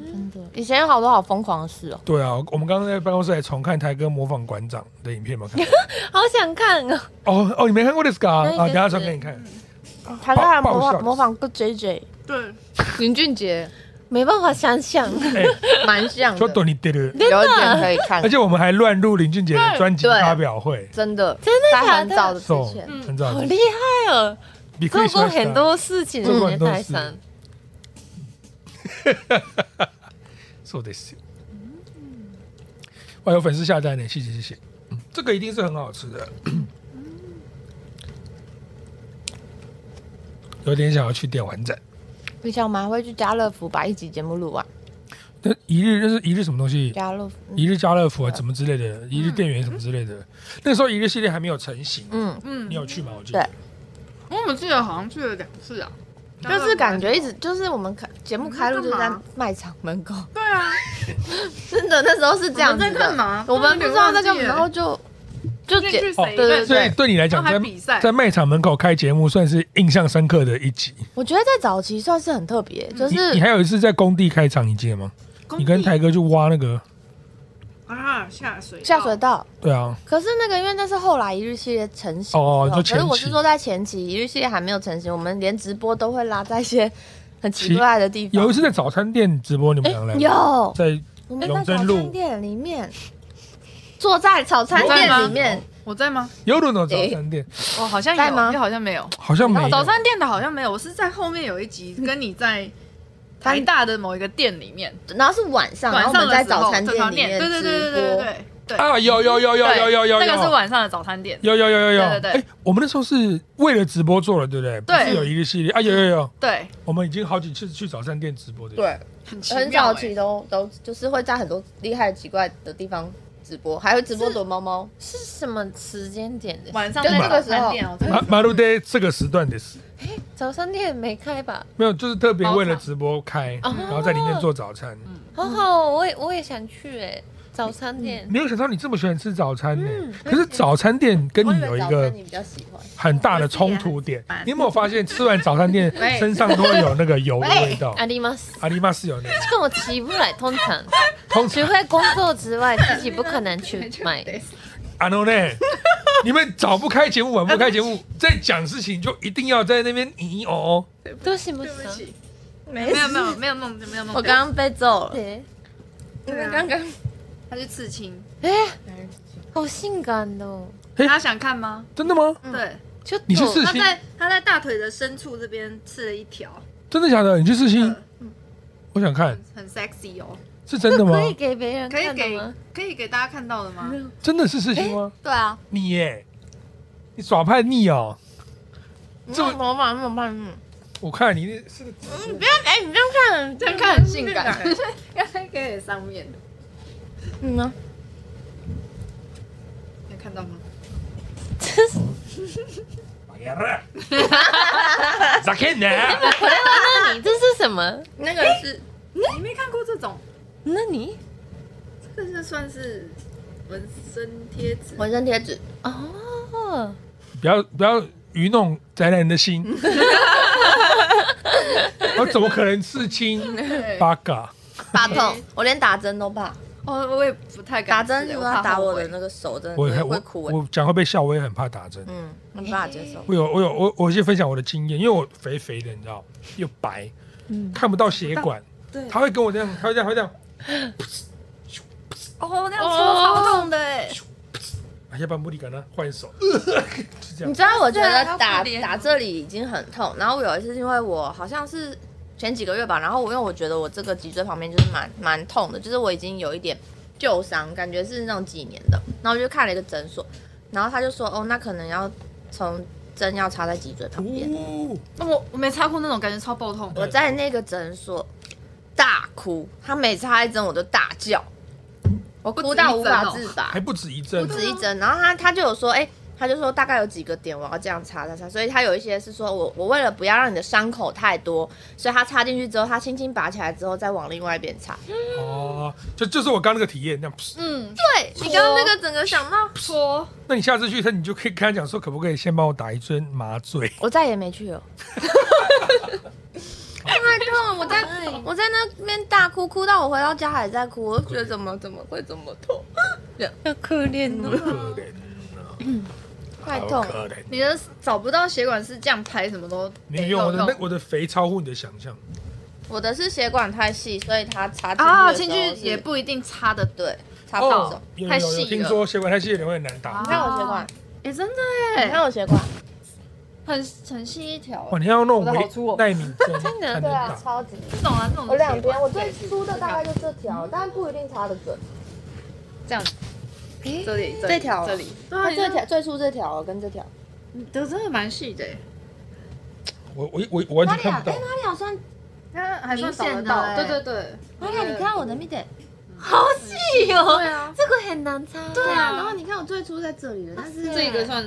Speaker 6: 真的以前有好多好疯狂的事哦，
Speaker 3: 对啊，我们刚刚在办公室还重看台哥模仿馆长的影片有没有看？
Speaker 1: 好想看哦。
Speaker 3: 哦哦，你没看过 this
Speaker 1: 那
Speaker 3: guy
Speaker 1: 一个
Speaker 3: 啊？等一下
Speaker 1: 是
Speaker 3: 传给你看。
Speaker 6: 台哥还
Speaker 3: 爆
Speaker 6: 模
Speaker 3: 爆笑
Speaker 6: 仿模仿个 JJ
Speaker 2: 对，
Speaker 6: 林俊杰，
Speaker 1: 没办法想 象，
Speaker 3: 哎，
Speaker 4: 蛮像
Speaker 3: 说
Speaker 4: 的，
Speaker 3: 懂你对了。
Speaker 6: 有一点可以看
Speaker 3: 而，且我们还乱入林俊杰的专辑
Speaker 4: 对
Speaker 3: 发表会，
Speaker 4: 真的，
Speaker 1: 真的
Speaker 4: 在
Speaker 1: 假
Speaker 4: 很
Speaker 1: 的？
Speaker 4: 早的之
Speaker 3: 手
Speaker 4: 前，
Speaker 3: 很早
Speaker 1: 好厉害哦，
Speaker 3: 比
Speaker 1: 做过很多事情
Speaker 3: 做过很
Speaker 1: 的
Speaker 3: 多
Speaker 1: 代
Speaker 3: 事
Speaker 1: 上。
Speaker 3: そうですよ。哇，有粉丝下单呢，谢谢谢谢。嗯这个一定是很好吃的，有点想要去电玩展。
Speaker 6: 你想我们还会去家乐福把一集节目录完，
Speaker 3: 那一日那是一日什么东西？
Speaker 6: 家乐福，
Speaker 3: 一日家乐福啊，什么之类的，一日店员什么之类的。那时候一日系列还没有成型，啊
Speaker 6: 嗯，
Speaker 2: 嗯
Speaker 3: 你，有去吗？我记得
Speaker 6: 对。
Speaker 2: 我们记得好像去了两次啊，
Speaker 6: 就是感觉一直就是我们开节目开录就是在卖场门口，
Speaker 2: 对啊，
Speaker 4: 真的那时候是这
Speaker 2: 这
Speaker 4: 样
Speaker 2: 样
Speaker 4: 子
Speaker 2: 在干
Speaker 4: 的。
Speaker 2: 嘛？
Speaker 6: 我们不知道在
Speaker 2: 这
Speaker 6: 干
Speaker 2: 个，
Speaker 6: 嘛，然后就就
Speaker 2: 进
Speaker 6: 解
Speaker 2: 去
Speaker 3: 哦
Speaker 2: 谁
Speaker 6: 对对
Speaker 2: 认
Speaker 6: 对
Speaker 3: 所以对你来
Speaker 2: 然
Speaker 3: 讲，
Speaker 2: 后还
Speaker 3: 在
Speaker 2: 比赛，
Speaker 3: 在卖场门口开节目算是印象深刻的一集。
Speaker 6: 我觉得在早期算是很特别，就
Speaker 3: 你
Speaker 6: 是
Speaker 3: 你还有一次在工地开场，你记得吗？
Speaker 2: 工
Speaker 3: 你跟
Speaker 2: 地
Speaker 3: 台哥去挖那个，
Speaker 2: 啊下水道
Speaker 6: 下水道。
Speaker 3: 对啊，
Speaker 6: 可是那个，因为那是后来一日系列成型
Speaker 3: 哦
Speaker 6: 之后
Speaker 3: 就前期
Speaker 6: 可是我是说在前期一日系列还没有成型，我们连直播都会拉在一些很奇怪的地方。
Speaker 3: 有一次在早餐店直播，你们两
Speaker 2: 哎
Speaker 3: 个来
Speaker 6: 有，
Speaker 3: 在
Speaker 6: 我们
Speaker 3: 永
Speaker 6: 在
Speaker 3: 贞
Speaker 6: 早
Speaker 3: 路
Speaker 6: 餐店里面，坐在早餐店里面，
Speaker 2: 我在吗？
Speaker 3: 有伦的早餐店，
Speaker 2: 我好像
Speaker 6: 在吗
Speaker 2: 有，又好像没有。哦
Speaker 3: 好像没有
Speaker 2: 早餐店的好像没有，我是在后面有一集跟你
Speaker 6: 嗯
Speaker 2: 在台大的某一个店里面，
Speaker 4: 然后是晚
Speaker 6: 嗯
Speaker 4: 上，
Speaker 2: 晚
Speaker 4: 然后我
Speaker 2: 上
Speaker 4: 们
Speaker 2: 的
Speaker 4: 在
Speaker 2: 时候
Speaker 4: 早餐
Speaker 2: 早
Speaker 4: 店里面
Speaker 2: 对对对对对
Speaker 4: 直播
Speaker 2: 对对对
Speaker 3: 啊，有有有有
Speaker 2: 对
Speaker 3: 有有有，
Speaker 2: 那个是
Speaker 3: 有
Speaker 2: 晚上的早餐店，
Speaker 3: 有有有有有，
Speaker 2: 对对对
Speaker 3: 哎，我们那时候是为了直播做了，对不对？
Speaker 2: 对
Speaker 3: 不是有一个系列啊，有有有，
Speaker 2: 对，
Speaker 3: 我们已经好几次去早餐店直播的，，
Speaker 4: 对，
Speaker 2: 很
Speaker 4: 很
Speaker 2: 欸
Speaker 4: 早期都都就是会在很多厉害奇怪的地方直播，还会直播躲猫猫。
Speaker 1: 是什么时间点的？
Speaker 2: 晚上
Speaker 4: 就
Speaker 2: 在
Speaker 4: 那个
Speaker 2: 早餐店哦，真的
Speaker 3: 马马路街这个时段的是
Speaker 1: 早餐店没开吧？
Speaker 3: 没有，就是特别为了直播开，
Speaker 2: 哦
Speaker 1: 早餐
Speaker 3: 然后在里面做早餐。
Speaker 2: 嗯
Speaker 1: 好好，我也我也想去哎，早餐店。
Speaker 3: 没有想到你这么喜欢吃早餐呢，
Speaker 2: 嗯
Speaker 3: 可是早餐店跟你嗯有一个
Speaker 4: 你比较喜欢，
Speaker 3: 很大的冲突点
Speaker 2: 我自己也很喜欢。
Speaker 3: 你有没有发现吃完早餐 店
Speaker 2: 喂
Speaker 3: 身上都会有那个油的味道？
Speaker 1: 阿里玛斯，
Speaker 3: 阿里玛是有那个，
Speaker 1: 这我起不来，通常
Speaker 3: 通
Speaker 1: 除
Speaker 3: 常
Speaker 1: 非工作之外，自己不可能去买。
Speaker 3: 阿诺呢？ 你们早不开节目，晚不开节 目，在讲事情就一定要在那边咦哦哦。
Speaker 1: 都行不
Speaker 2: 对不
Speaker 1: 行？
Speaker 2: 起，嗯没有没有没有弄没有弄，
Speaker 4: 我刚啊刚被揍了，
Speaker 1: 对，
Speaker 4: 因
Speaker 2: 啊
Speaker 4: 为刚刚
Speaker 2: 他去刺青，
Speaker 1: 哎，好性感哦！
Speaker 3: 哎
Speaker 2: 大家想看吗？
Speaker 3: 真的吗？
Speaker 4: 嗯
Speaker 2: 对，
Speaker 1: 就
Speaker 3: 你去刺
Speaker 2: 他
Speaker 3: 青？
Speaker 2: 在他在大腿的深处这边刺了一条，
Speaker 3: 真的假的？你去刺青
Speaker 2: 嗯？
Speaker 3: 我想看，
Speaker 2: 很 sexy 哦，
Speaker 3: 是真的吗
Speaker 1: 可？以给别人
Speaker 2: 可以
Speaker 1: 看的
Speaker 2: 给
Speaker 1: 吗？嗯
Speaker 2: 可以给大家看到的吗？
Speaker 3: 真的是刺青吗？
Speaker 4: 对啊，
Speaker 3: 你耶，你耍叛逆哦！这么
Speaker 6: 模仿模仿，嗯
Speaker 3: 我看你是个
Speaker 6: 你不要哎，你这样看，
Speaker 2: 这样看很性感，
Speaker 4: 啊
Speaker 2: 刚才给上面的，
Speaker 6: 嗯
Speaker 1: 啊
Speaker 6: 呢？
Speaker 2: 有看到吗？
Speaker 3: 哎 咋看呢？
Speaker 1: 那你这是什么？
Speaker 4: 那个是
Speaker 2: 你没看过这种，
Speaker 1: 那你
Speaker 2: 这是算是纹身贴纸，
Speaker 4: 纹身贴纸，
Speaker 1: 哦，
Speaker 3: 不要不要愚弄宅男的 心。我怎么可能刺青？
Speaker 2: 对
Speaker 3: 八嘎！
Speaker 4: 怕痛，我连打针都怕，
Speaker 2: 哦，我也不太敢
Speaker 4: 打针
Speaker 2: 吃
Speaker 4: 如
Speaker 2: 我
Speaker 4: 果
Speaker 2: 怕
Speaker 4: 要打
Speaker 2: 后
Speaker 4: 我
Speaker 2: 悔
Speaker 4: 的那个手，真的
Speaker 3: 我
Speaker 4: 会
Speaker 3: 我
Speaker 4: 会哭哎，
Speaker 3: 我讲会被笑，我也很怕打针。
Speaker 4: 嗯，没办法接受。
Speaker 3: 我有我有我我先分享我的经验，因为我肥肥的，你知道，又白，
Speaker 4: 嗯
Speaker 3: 看不到血管，
Speaker 2: 对
Speaker 3: 他会跟我这样，他会这样，他会这样，
Speaker 2: 哦，那样戳超痛的哎，
Speaker 3: 哎，要不然目的感呢？换一手，是这
Speaker 4: 你
Speaker 3: 样。
Speaker 4: 知道，我觉
Speaker 2: 对啊
Speaker 4: 得
Speaker 2: 他
Speaker 4: 打
Speaker 2: 可怜哦
Speaker 4: 打这里已经很痛，然后我有一次是因为我好像是前几个月吧，然后我因为我觉得我这个脊椎旁边就是蛮蛮痛的，就是我已经有一点旧伤，感觉是那种几年的，然后我就看了一个诊所，然后他就说哦，那可能要从针要插在脊椎旁边，
Speaker 3: 哦，
Speaker 2: 那我我没擦过那种，感觉超爆痛。
Speaker 4: 我在那个诊所大哭，他每插一针我就大叫，我
Speaker 2: 不
Speaker 4: 哭
Speaker 2: 止
Speaker 4: 到
Speaker 2: 一
Speaker 4: 无
Speaker 2: 针
Speaker 4: 法
Speaker 2: 哦
Speaker 4: 自拔，
Speaker 3: 还不止一阵
Speaker 4: 不，止一针，然后他他就有说，哎、他就说大概有几个点我要这样擦擦擦，所以他有一些是说我我为了不要让你的伤口太多，所以他插进去之后，他轻轻拔起来之后再往另外一边插。
Speaker 3: 哦，就就是我刚那个体验那样。
Speaker 2: 嗯，
Speaker 4: 对你刚刚那个整个想到，
Speaker 2: 戳
Speaker 3: 那你下次去，他你就可以跟他讲说，可不可以先帮我打一针麻醉？
Speaker 4: 我再也没去了，太痛我在我在那边大哭，哭到我回到家还在哭，我就觉得怎么怎么会这么痛，
Speaker 1: 要可怜
Speaker 3: 好
Speaker 1: 的。
Speaker 3: 可怜啊，
Speaker 4: 快
Speaker 3: 好
Speaker 4: 嗯痛！
Speaker 3: 可怜。
Speaker 2: 你的找不到血管是这样拍，什么都
Speaker 3: 你用我的那我的肥超乎你的想象，
Speaker 4: 我的是血管太细，所以它插进去
Speaker 2: 啊，
Speaker 4: 的时
Speaker 2: 进
Speaker 4: 候
Speaker 2: 去
Speaker 4: 是
Speaker 2: 也不一定插的对。
Speaker 4: 对，插不走。
Speaker 3: 哦有
Speaker 2: 太
Speaker 3: 有
Speaker 2: 细
Speaker 3: 有，
Speaker 2: 了
Speaker 3: 听说血管太细的人会很难打
Speaker 2: 啊。
Speaker 4: 你看我血管，
Speaker 2: 哎、真的
Speaker 4: 你看
Speaker 2: 哎，
Speaker 4: 我血管，
Speaker 2: 很很细一条欸。
Speaker 3: 哇，你要用那种
Speaker 2: 我的好
Speaker 3: 微
Speaker 2: 粗哦
Speaker 3: 纳米 针才能
Speaker 4: 对啊，
Speaker 3: 打。
Speaker 4: 超级。
Speaker 2: 这种啊，这种
Speaker 4: 我两边，我
Speaker 2: 这
Speaker 4: 最粗的大概就这条，但不一定插得准。
Speaker 2: 这样，
Speaker 1: 诶
Speaker 2: 这里
Speaker 4: 这条
Speaker 2: 这里，对
Speaker 4: 它
Speaker 2: 啊，
Speaker 4: 这
Speaker 2: 这
Speaker 4: 条
Speaker 2: 条
Speaker 4: 最粗这条跟这条，
Speaker 2: 你的真的蛮细的欸，
Speaker 3: 我我我我完全看不到
Speaker 4: 哎，，哪里好酸？
Speaker 2: 它还算
Speaker 4: 明显
Speaker 2: 找得
Speaker 4: 的
Speaker 2: 到。
Speaker 4: 欸
Speaker 2: 对对对，
Speaker 4: 哪里啊？你看我的密点。
Speaker 1: 哎呦，
Speaker 4: 对啊，
Speaker 1: 这个很难擦。
Speaker 4: 对啊。然后你看我最粗在这里了，但是
Speaker 2: 这个算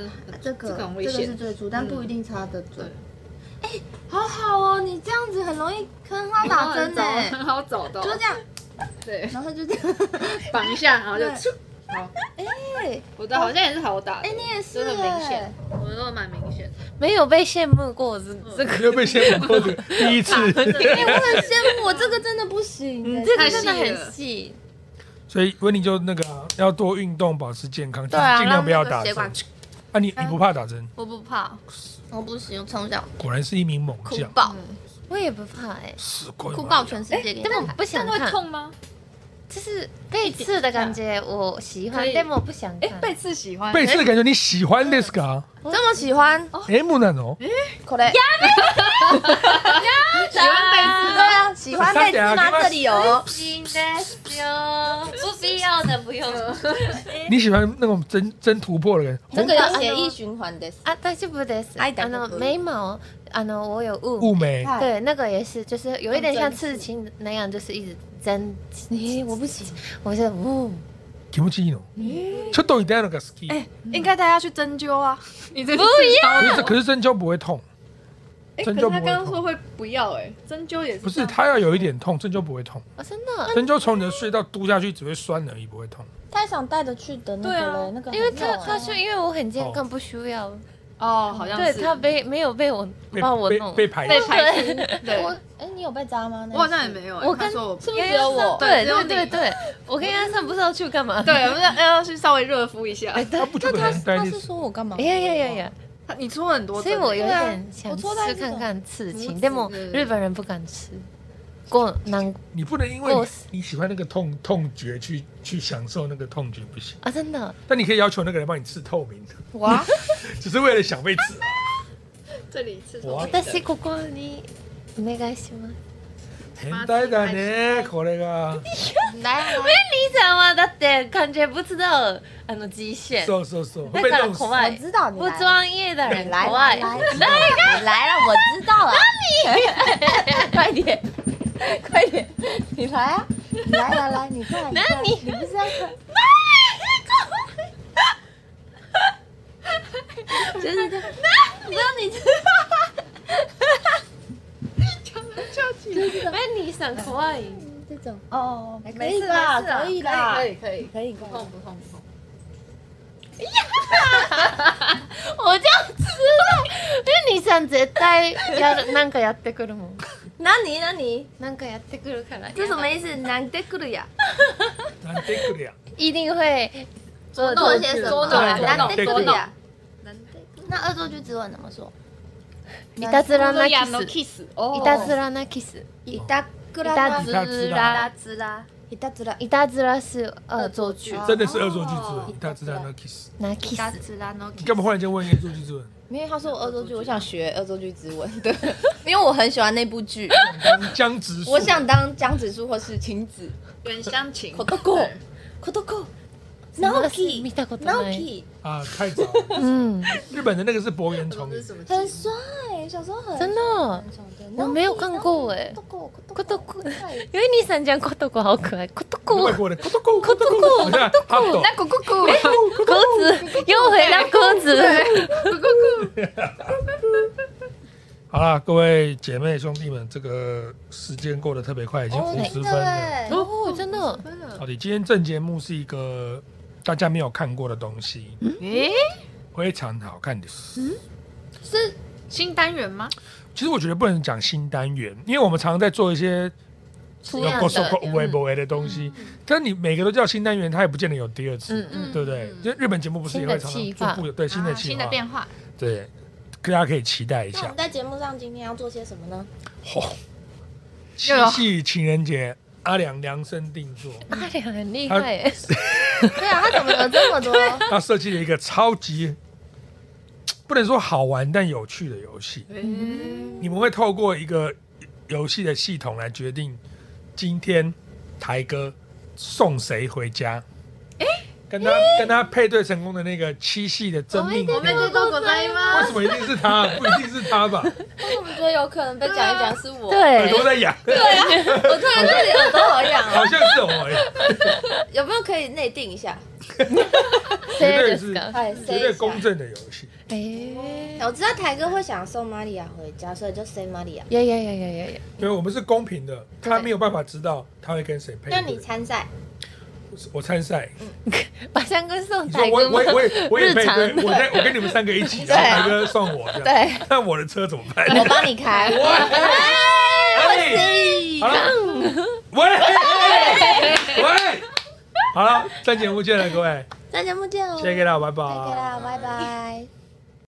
Speaker 2: 这
Speaker 4: 这个
Speaker 2: 个很危
Speaker 4: 这个是
Speaker 2: 险。
Speaker 4: 最粗，但不一定插得准。哎，好好哦，你这样子很容易坑他打针呢，
Speaker 2: 很好找到，
Speaker 4: 就这样，
Speaker 2: 对，
Speaker 4: 然后就这样。
Speaker 2: 绑一下，然后就
Speaker 4: 对
Speaker 2: 咻好。
Speaker 4: 哎
Speaker 2: 我的好像也是好打的，
Speaker 4: 哎，你也是，
Speaker 2: 真的明显，，我的都蛮明显的。
Speaker 1: 没有被羡慕过这这
Speaker 4: 啊
Speaker 1: 个，
Speaker 3: 又被羡慕过的 第一次。
Speaker 4: 哎，我很羡慕，我这个真的不行哎
Speaker 1: 你。这
Speaker 2: 太
Speaker 1: 个
Speaker 2: 细
Speaker 1: 真的
Speaker 2: 了
Speaker 1: 很细。
Speaker 3: 所以温妮就那个啊要多运动，保持健康，就
Speaker 4: 对啊
Speaker 3: 是尽量不要
Speaker 4: 让那
Speaker 3: 打
Speaker 4: 个
Speaker 3: 针
Speaker 4: 血管。
Speaker 3: 啊，你你不怕打针？
Speaker 2: 我不怕，
Speaker 4: 我不行，我从小
Speaker 3: 果然是一名猛
Speaker 4: 哭
Speaker 3: 将，
Speaker 4: 爆，
Speaker 1: 我也不怕哎、
Speaker 3: 死鬼！
Speaker 4: 哭爆全世界给你
Speaker 1: 但我
Speaker 4: 看。
Speaker 1: 不想
Speaker 2: 会
Speaker 1: 看，
Speaker 2: 痛吗？
Speaker 1: 就是被刺的感觉，我喜欢
Speaker 2: 可以，
Speaker 1: 但我不想
Speaker 2: 哎，
Speaker 1: 看。
Speaker 2: 被刺喜欢，
Speaker 3: 贝斯的感觉你喜
Speaker 4: 哎
Speaker 3: 欢 this 个啊哎
Speaker 4: 这么喜欢，
Speaker 3: ？M 那种，
Speaker 4: 可嘞，
Speaker 2: 喜欢
Speaker 4: 对啊，喜欢被芝麻这里哦有，
Speaker 1: 心的哟，不必要的不用
Speaker 3: 你喜欢那种真真突破的人，
Speaker 4: 这
Speaker 3: 红
Speaker 4: 个有血液循环的。
Speaker 1: 啊，大丈夫です。
Speaker 4: はい
Speaker 1: あの
Speaker 4: 大丈夫
Speaker 1: 眉毛，あの我有雾，
Speaker 3: 雾眉，
Speaker 4: 哎
Speaker 1: 对，那个也是，就是有一点
Speaker 4: 很
Speaker 1: 像
Speaker 4: 真
Speaker 1: 刺青那样，就是一直针，
Speaker 4: 咦，我不行，
Speaker 1: 我是雾。
Speaker 3: 気持ちいいの。
Speaker 4: 哎
Speaker 3: ちょっと痛いのが好き。
Speaker 2: 哎，应该大家去针灸啊！你这不
Speaker 3: 可 是可是针灸不会痛，
Speaker 2: 哎，可
Speaker 3: 针
Speaker 2: 是
Speaker 3: 灸
Speaker 2: 他
Speaker 3: 不会
Speaker 2: 刚刚说
Speaker 3: 痛。
Speaker 2: 会不要哎，针灸也是
Speaker 3: 不
Speaker 2: 这
Speaker 3: 是，
Speaker 2: 样
Speaker 3: 它要有一点痛，针灸不会痛。
Speaker 1: 哦，真的，
Speaker 3: 针灸从你的隧道嘟下去，只会酸而已，不会痛。
Speaker 4: 太想带着去的那
Speaker 2: 对
Speaker 4: 个
Speaker 2: 啊
Speaker 4: 嘞，那个
Speaker 1: 因为
Speaker 4: 很
Speaker 1: 他
Speaker 4: 痛
Speaker 1: 他说因为我很健康，
Speaker 3: 哦
Speaker 1: 不需要，
Speaker 2: 哦，好像
Speaker 1: 对
Speaker 2: 是
Speaker 1: 他被没有被我
Speaker 3: 被
Speaker 1: 帮我
Speaker 3: 被
Speaker 1: 弄，
Speaker 3: 被排
Speaker 2: 被
Speaker 3: 斥，
Speaker 2: 排斥，对，
Speaker 4: 我哎，你有被扎吗？那一
Speaker 2: 我好像也
Speaker 4: 次
Speaker 2: 没有哎，
Speaker 1: 我
Speaker 2: 他
Speaker 1: 跟
Speaker 2: 说我不
Speaker 4: 是不是只有我？
Speaker 1: 对
Speaker 2: 对只有
Speaker 1: 对
Speaker 2: 你
Speaker 1: 对对，我跟安上不知道去干嘛。
Speaker 2: 对，我们要要去稍微热敷一下。
Speaker 3: 他不就可
Speaker 4: 那他
Speaker 3: 能带
Speaker 4: 他
Speaker 3: 进
Speaker 4: 是说我干嘛？
Speaker 1: 哎呀呀呀呀！
Speaker 2: 他你出了很多
Speaker 1: 所
Speaker 2: 针
Speaker 1: 以
Speaker 2: 欸，
Speaker 1: 我有
Speaker 4: 对啊
Speaker 1: 点想
Speaker 4: 我戳在
Speaker 1: 吃
Speaker 4: 这
Speaker 1: 看
Speaker 4: 种
Speaker 1: 看刺青，
Speaker 2: 拇
Speaker 1: 但
Speaker 2: 指
Speaker 1: 我
Speaker 2: 对
Speaker 1: 日本人不敢吃，过难
Speaker 3: 你不能因为你
Speaker 1: 过死
Speaker 3: 你喜欢那个痛痛觉去去享受那个痛觉不行，
Speaker 1: 啊，真的。
Speaker 3: 但你可以要求那个人帮你刺透明的，
Speaker 4: 哇，
Speaker 3: 只是为了想被刺。
Speaker 2: 这里是
Speaker 3: 我
Speaker 1: 私ここにお願いします。
Speaker 3: 変態だね、これが。
Speaker 4: 来啊，
Speaker 1: 你さんはだって感觉不知道啊あの极限，
Speaker 3: そうそうそう。
Speaker 1: だ
Speaker 3: 被
Speaker 1: から
Speaker 3: 弄死。
Speaker 1: 怖
Speaker 4: 我
Speaker 1: い。
Speaker 4: 知道你
Speaker 1: 不
Speaker 4: 来了，
Speaker 1: 专业的人
Speaker 4: 你来
Speaker 1: 怖
Speaker 4: 来
Speaker 1: い。
Speaker 4: 来来来了，我知道了，你 快点快点，你来啊，你来来来，你快，那你你不是要快？ 就是这样，那你
Speaker 1: 那你さん怖い。
Speaker 4: 这种哦，可
Speaker 2: 没
Speaker 4: 以
Speaker 2: 事
Speaker 4: 啦，
Speaker 2: 没事啊
Speaker 4: 可以啦，
Speaker 2: 可以可以，
Speaker 4: 可以可以
Speaker 2: 不痛不痛不痛。
Speaker 1: 我就知道，那你さん絶対やるなんかやってくるもん。
Speaker 4: 那你那你
Speaker 1: なんかやってくるから。
Speaker 4: 这什么意思？难得くる呀？
Speaker 3: なんてくり ゃ。
Speaker 1: 一定会做
Speaker 4: 做些什么？
Speaker 2: 捉弄
Speaker 4: 难得
Speaker 3: 捉
Speaker 4: く
Speaker 3: 弄
Speaker 4: る呀？那恶作剧之吻怎么说？
Speaker 1: いたずらなキ
Speaker 2: の
Speaker 1: ス。
Speaker 2: キス哦
Speaker 1: いたずらなキス。
Speaker 4: いたくら
Speaker 1: い
Speaker 3: たずら
Speaker 4: ずらいたずら
Speaker 1: いたずら是恶作剧。
Speaker 3: 真的是恶作剧之
Speaker 4: 哦
Speaker 3: 吻，他知道那 kiss。
Speaker 1: 那 kiss
Speaker 4: ずらの
Speaker 3: 你干嘛忽然间问恶作剧之吻？
Speaker 4: 因为他说我恶作剧，我想学恶作剧之吻，对， 因为我很喜欢那部 剧，
Speaker 3: 当江直树。
Speaker 4: 我想当江直树或是晴子。
Speaker 2: 原乡情
Speaker 4: コトココトコ
Speaker 1: 那
Speaker 4: 直
Speaker 1: 是
Speaker 4: 樹
Speaker 1: 見たこと
Speaker 4: 直
Speaker 1: ない。
Speaker 4: 樹
Speaker 3: 啊，太早了。
Speaker 1: 嗯，
Speaker 3: 日本的那个是博元崇
Speaker 2: 这，是什么？
Speaker 4: 很帅，小时候很
Speaker 1: 真的。我没有看过哎
Speaker 4: コトコ
Speaker 1: コトコ因为你想讲コトコ好可爱，コトコ
Speaker 3: 外国人。咕嘟咕
Speaker 1: 咕嘟咕
Speaker 3: 你看他不懂。
Speaker 2: 那咕 咕咕，
Speaker 1: 鸽子又回到鸽 子，
Speaker 3: 好啦，各位姐妹兄弟们，这个时间过得特别快，已经五十分了。
Speaker 6: 欸
Speaker 1: 哦，真的
Speaker 3: 到底今天正节目是一个大家没有看过的东西，
Speaker 2: 嗯
Speaker 3: 嗯
Speaker 2: 诶，
Speaker 3: 非常好看的。
Speaker 2: 新单元吗？
Speaker 3: 其实我觉得不能讲新单元，因为我们常常在做一些
Speaker 1: 不一样的
Speaker 2: 嗯
Speaker 3: so-called 微博的东西，但你每个都叫新单元，它也不见得有第二次，
Speaker 2: 嗯
Speaker 3: 对不对？
Speaker 2: 嗯
Speaker 3: 就日本节目不是也会常
Speaker 1: 新的企
Speaker 3: 常做
Speaker 1: 划
Speaker 3: 不对新的
Speaker 2: 啊
Speaker 3: 企
Speaker 2: 新
Speaker 3: 划
Speaker 2: 的，变化，
Speaker 3: 对，大家可以期待一
Speaker 6: 那我
Speaker 3: 下
Speaker 6: 们。在节目上今天要做些什么呢？
Speaker 3: 吼，七
Speaker 2: 又
Speaker 1: 啊
Speaker 2: 有
Speaker 3: 夕情人节，阿良量身定 做，
Speaker 1: 阿良很厉害耶，
Speaker 6: 对啊，他怎么有这么多？
Speaker 3: 他设计了一个超级不能说好玩但有趣的游戏。
Speaker 1: 嗯
Speaker 3: 你们会透过一个游戏的系统来决定今天台哥送谁回家。跟他跟他配对成功的那个七系的真命，
Speaker 1: 哦
Speaker 2: 我们就都狗在吗？
Speaker 3: 为什么一定是 他？不一定是他吧？
Speaker 6: 我觉得有可能被讲一讲是我。
Speaker 3: 耳
Speaker 1: 对，啊
Speaker 3: 朵在痒，
Speaker 6: 我突然觉得耳朵好
Speaker 4: 啊
Speaker 6: 痒
Speaker 3: 好
Speaker 6: 哦，
Speaker 3: 像是我哎，
Speaker 1: 啊
Speaker 6: 有没有可以内定一下？
Speaker 3: 绝对是
Speaker 6: 哎，
Speaker 3: 绝
Speaker 6: 谁
Speaker 3: 对公正的游戏。
Speaker 1: 哎，
Speaker 6: 我知道台哥会想送玛利亚回家，所以就 say 玛利亚。
Speaker 1: 有有有有有有，
Speaker 3: 因为我们是公平的，他没有办法知道他会跟谁配对。
Speaker 6: 那你嗯参赛，
Speaker 3: 我参赛，
Speaker 1: 把香菇送
Speaker 3: 你说
Speaker 1: 台哥
Speaker 3: 我
Speaker 1: 吗
Speaker 3: 我我 也我也
Speaker 1: 日
Speaker 3: 配
Speaker 1: 常
Speaker 3: 对，我在我跟你们三个一起，然后台哥送我这样，
Speaker 6: 对
Speaker 3: 那我的车怎么办？
Speaker 6: 我哎帮你开。
Speaker 3: 喂，好了，
Speaker 6: 嗯
Speaker 3: 喂， 喂，好了，再见不见了，各位，
Speaker 6: 那节目见哦，
Speaker 3: 谢谢大家，拜拜，
Speaker 6: 谢谢啦，拜拜。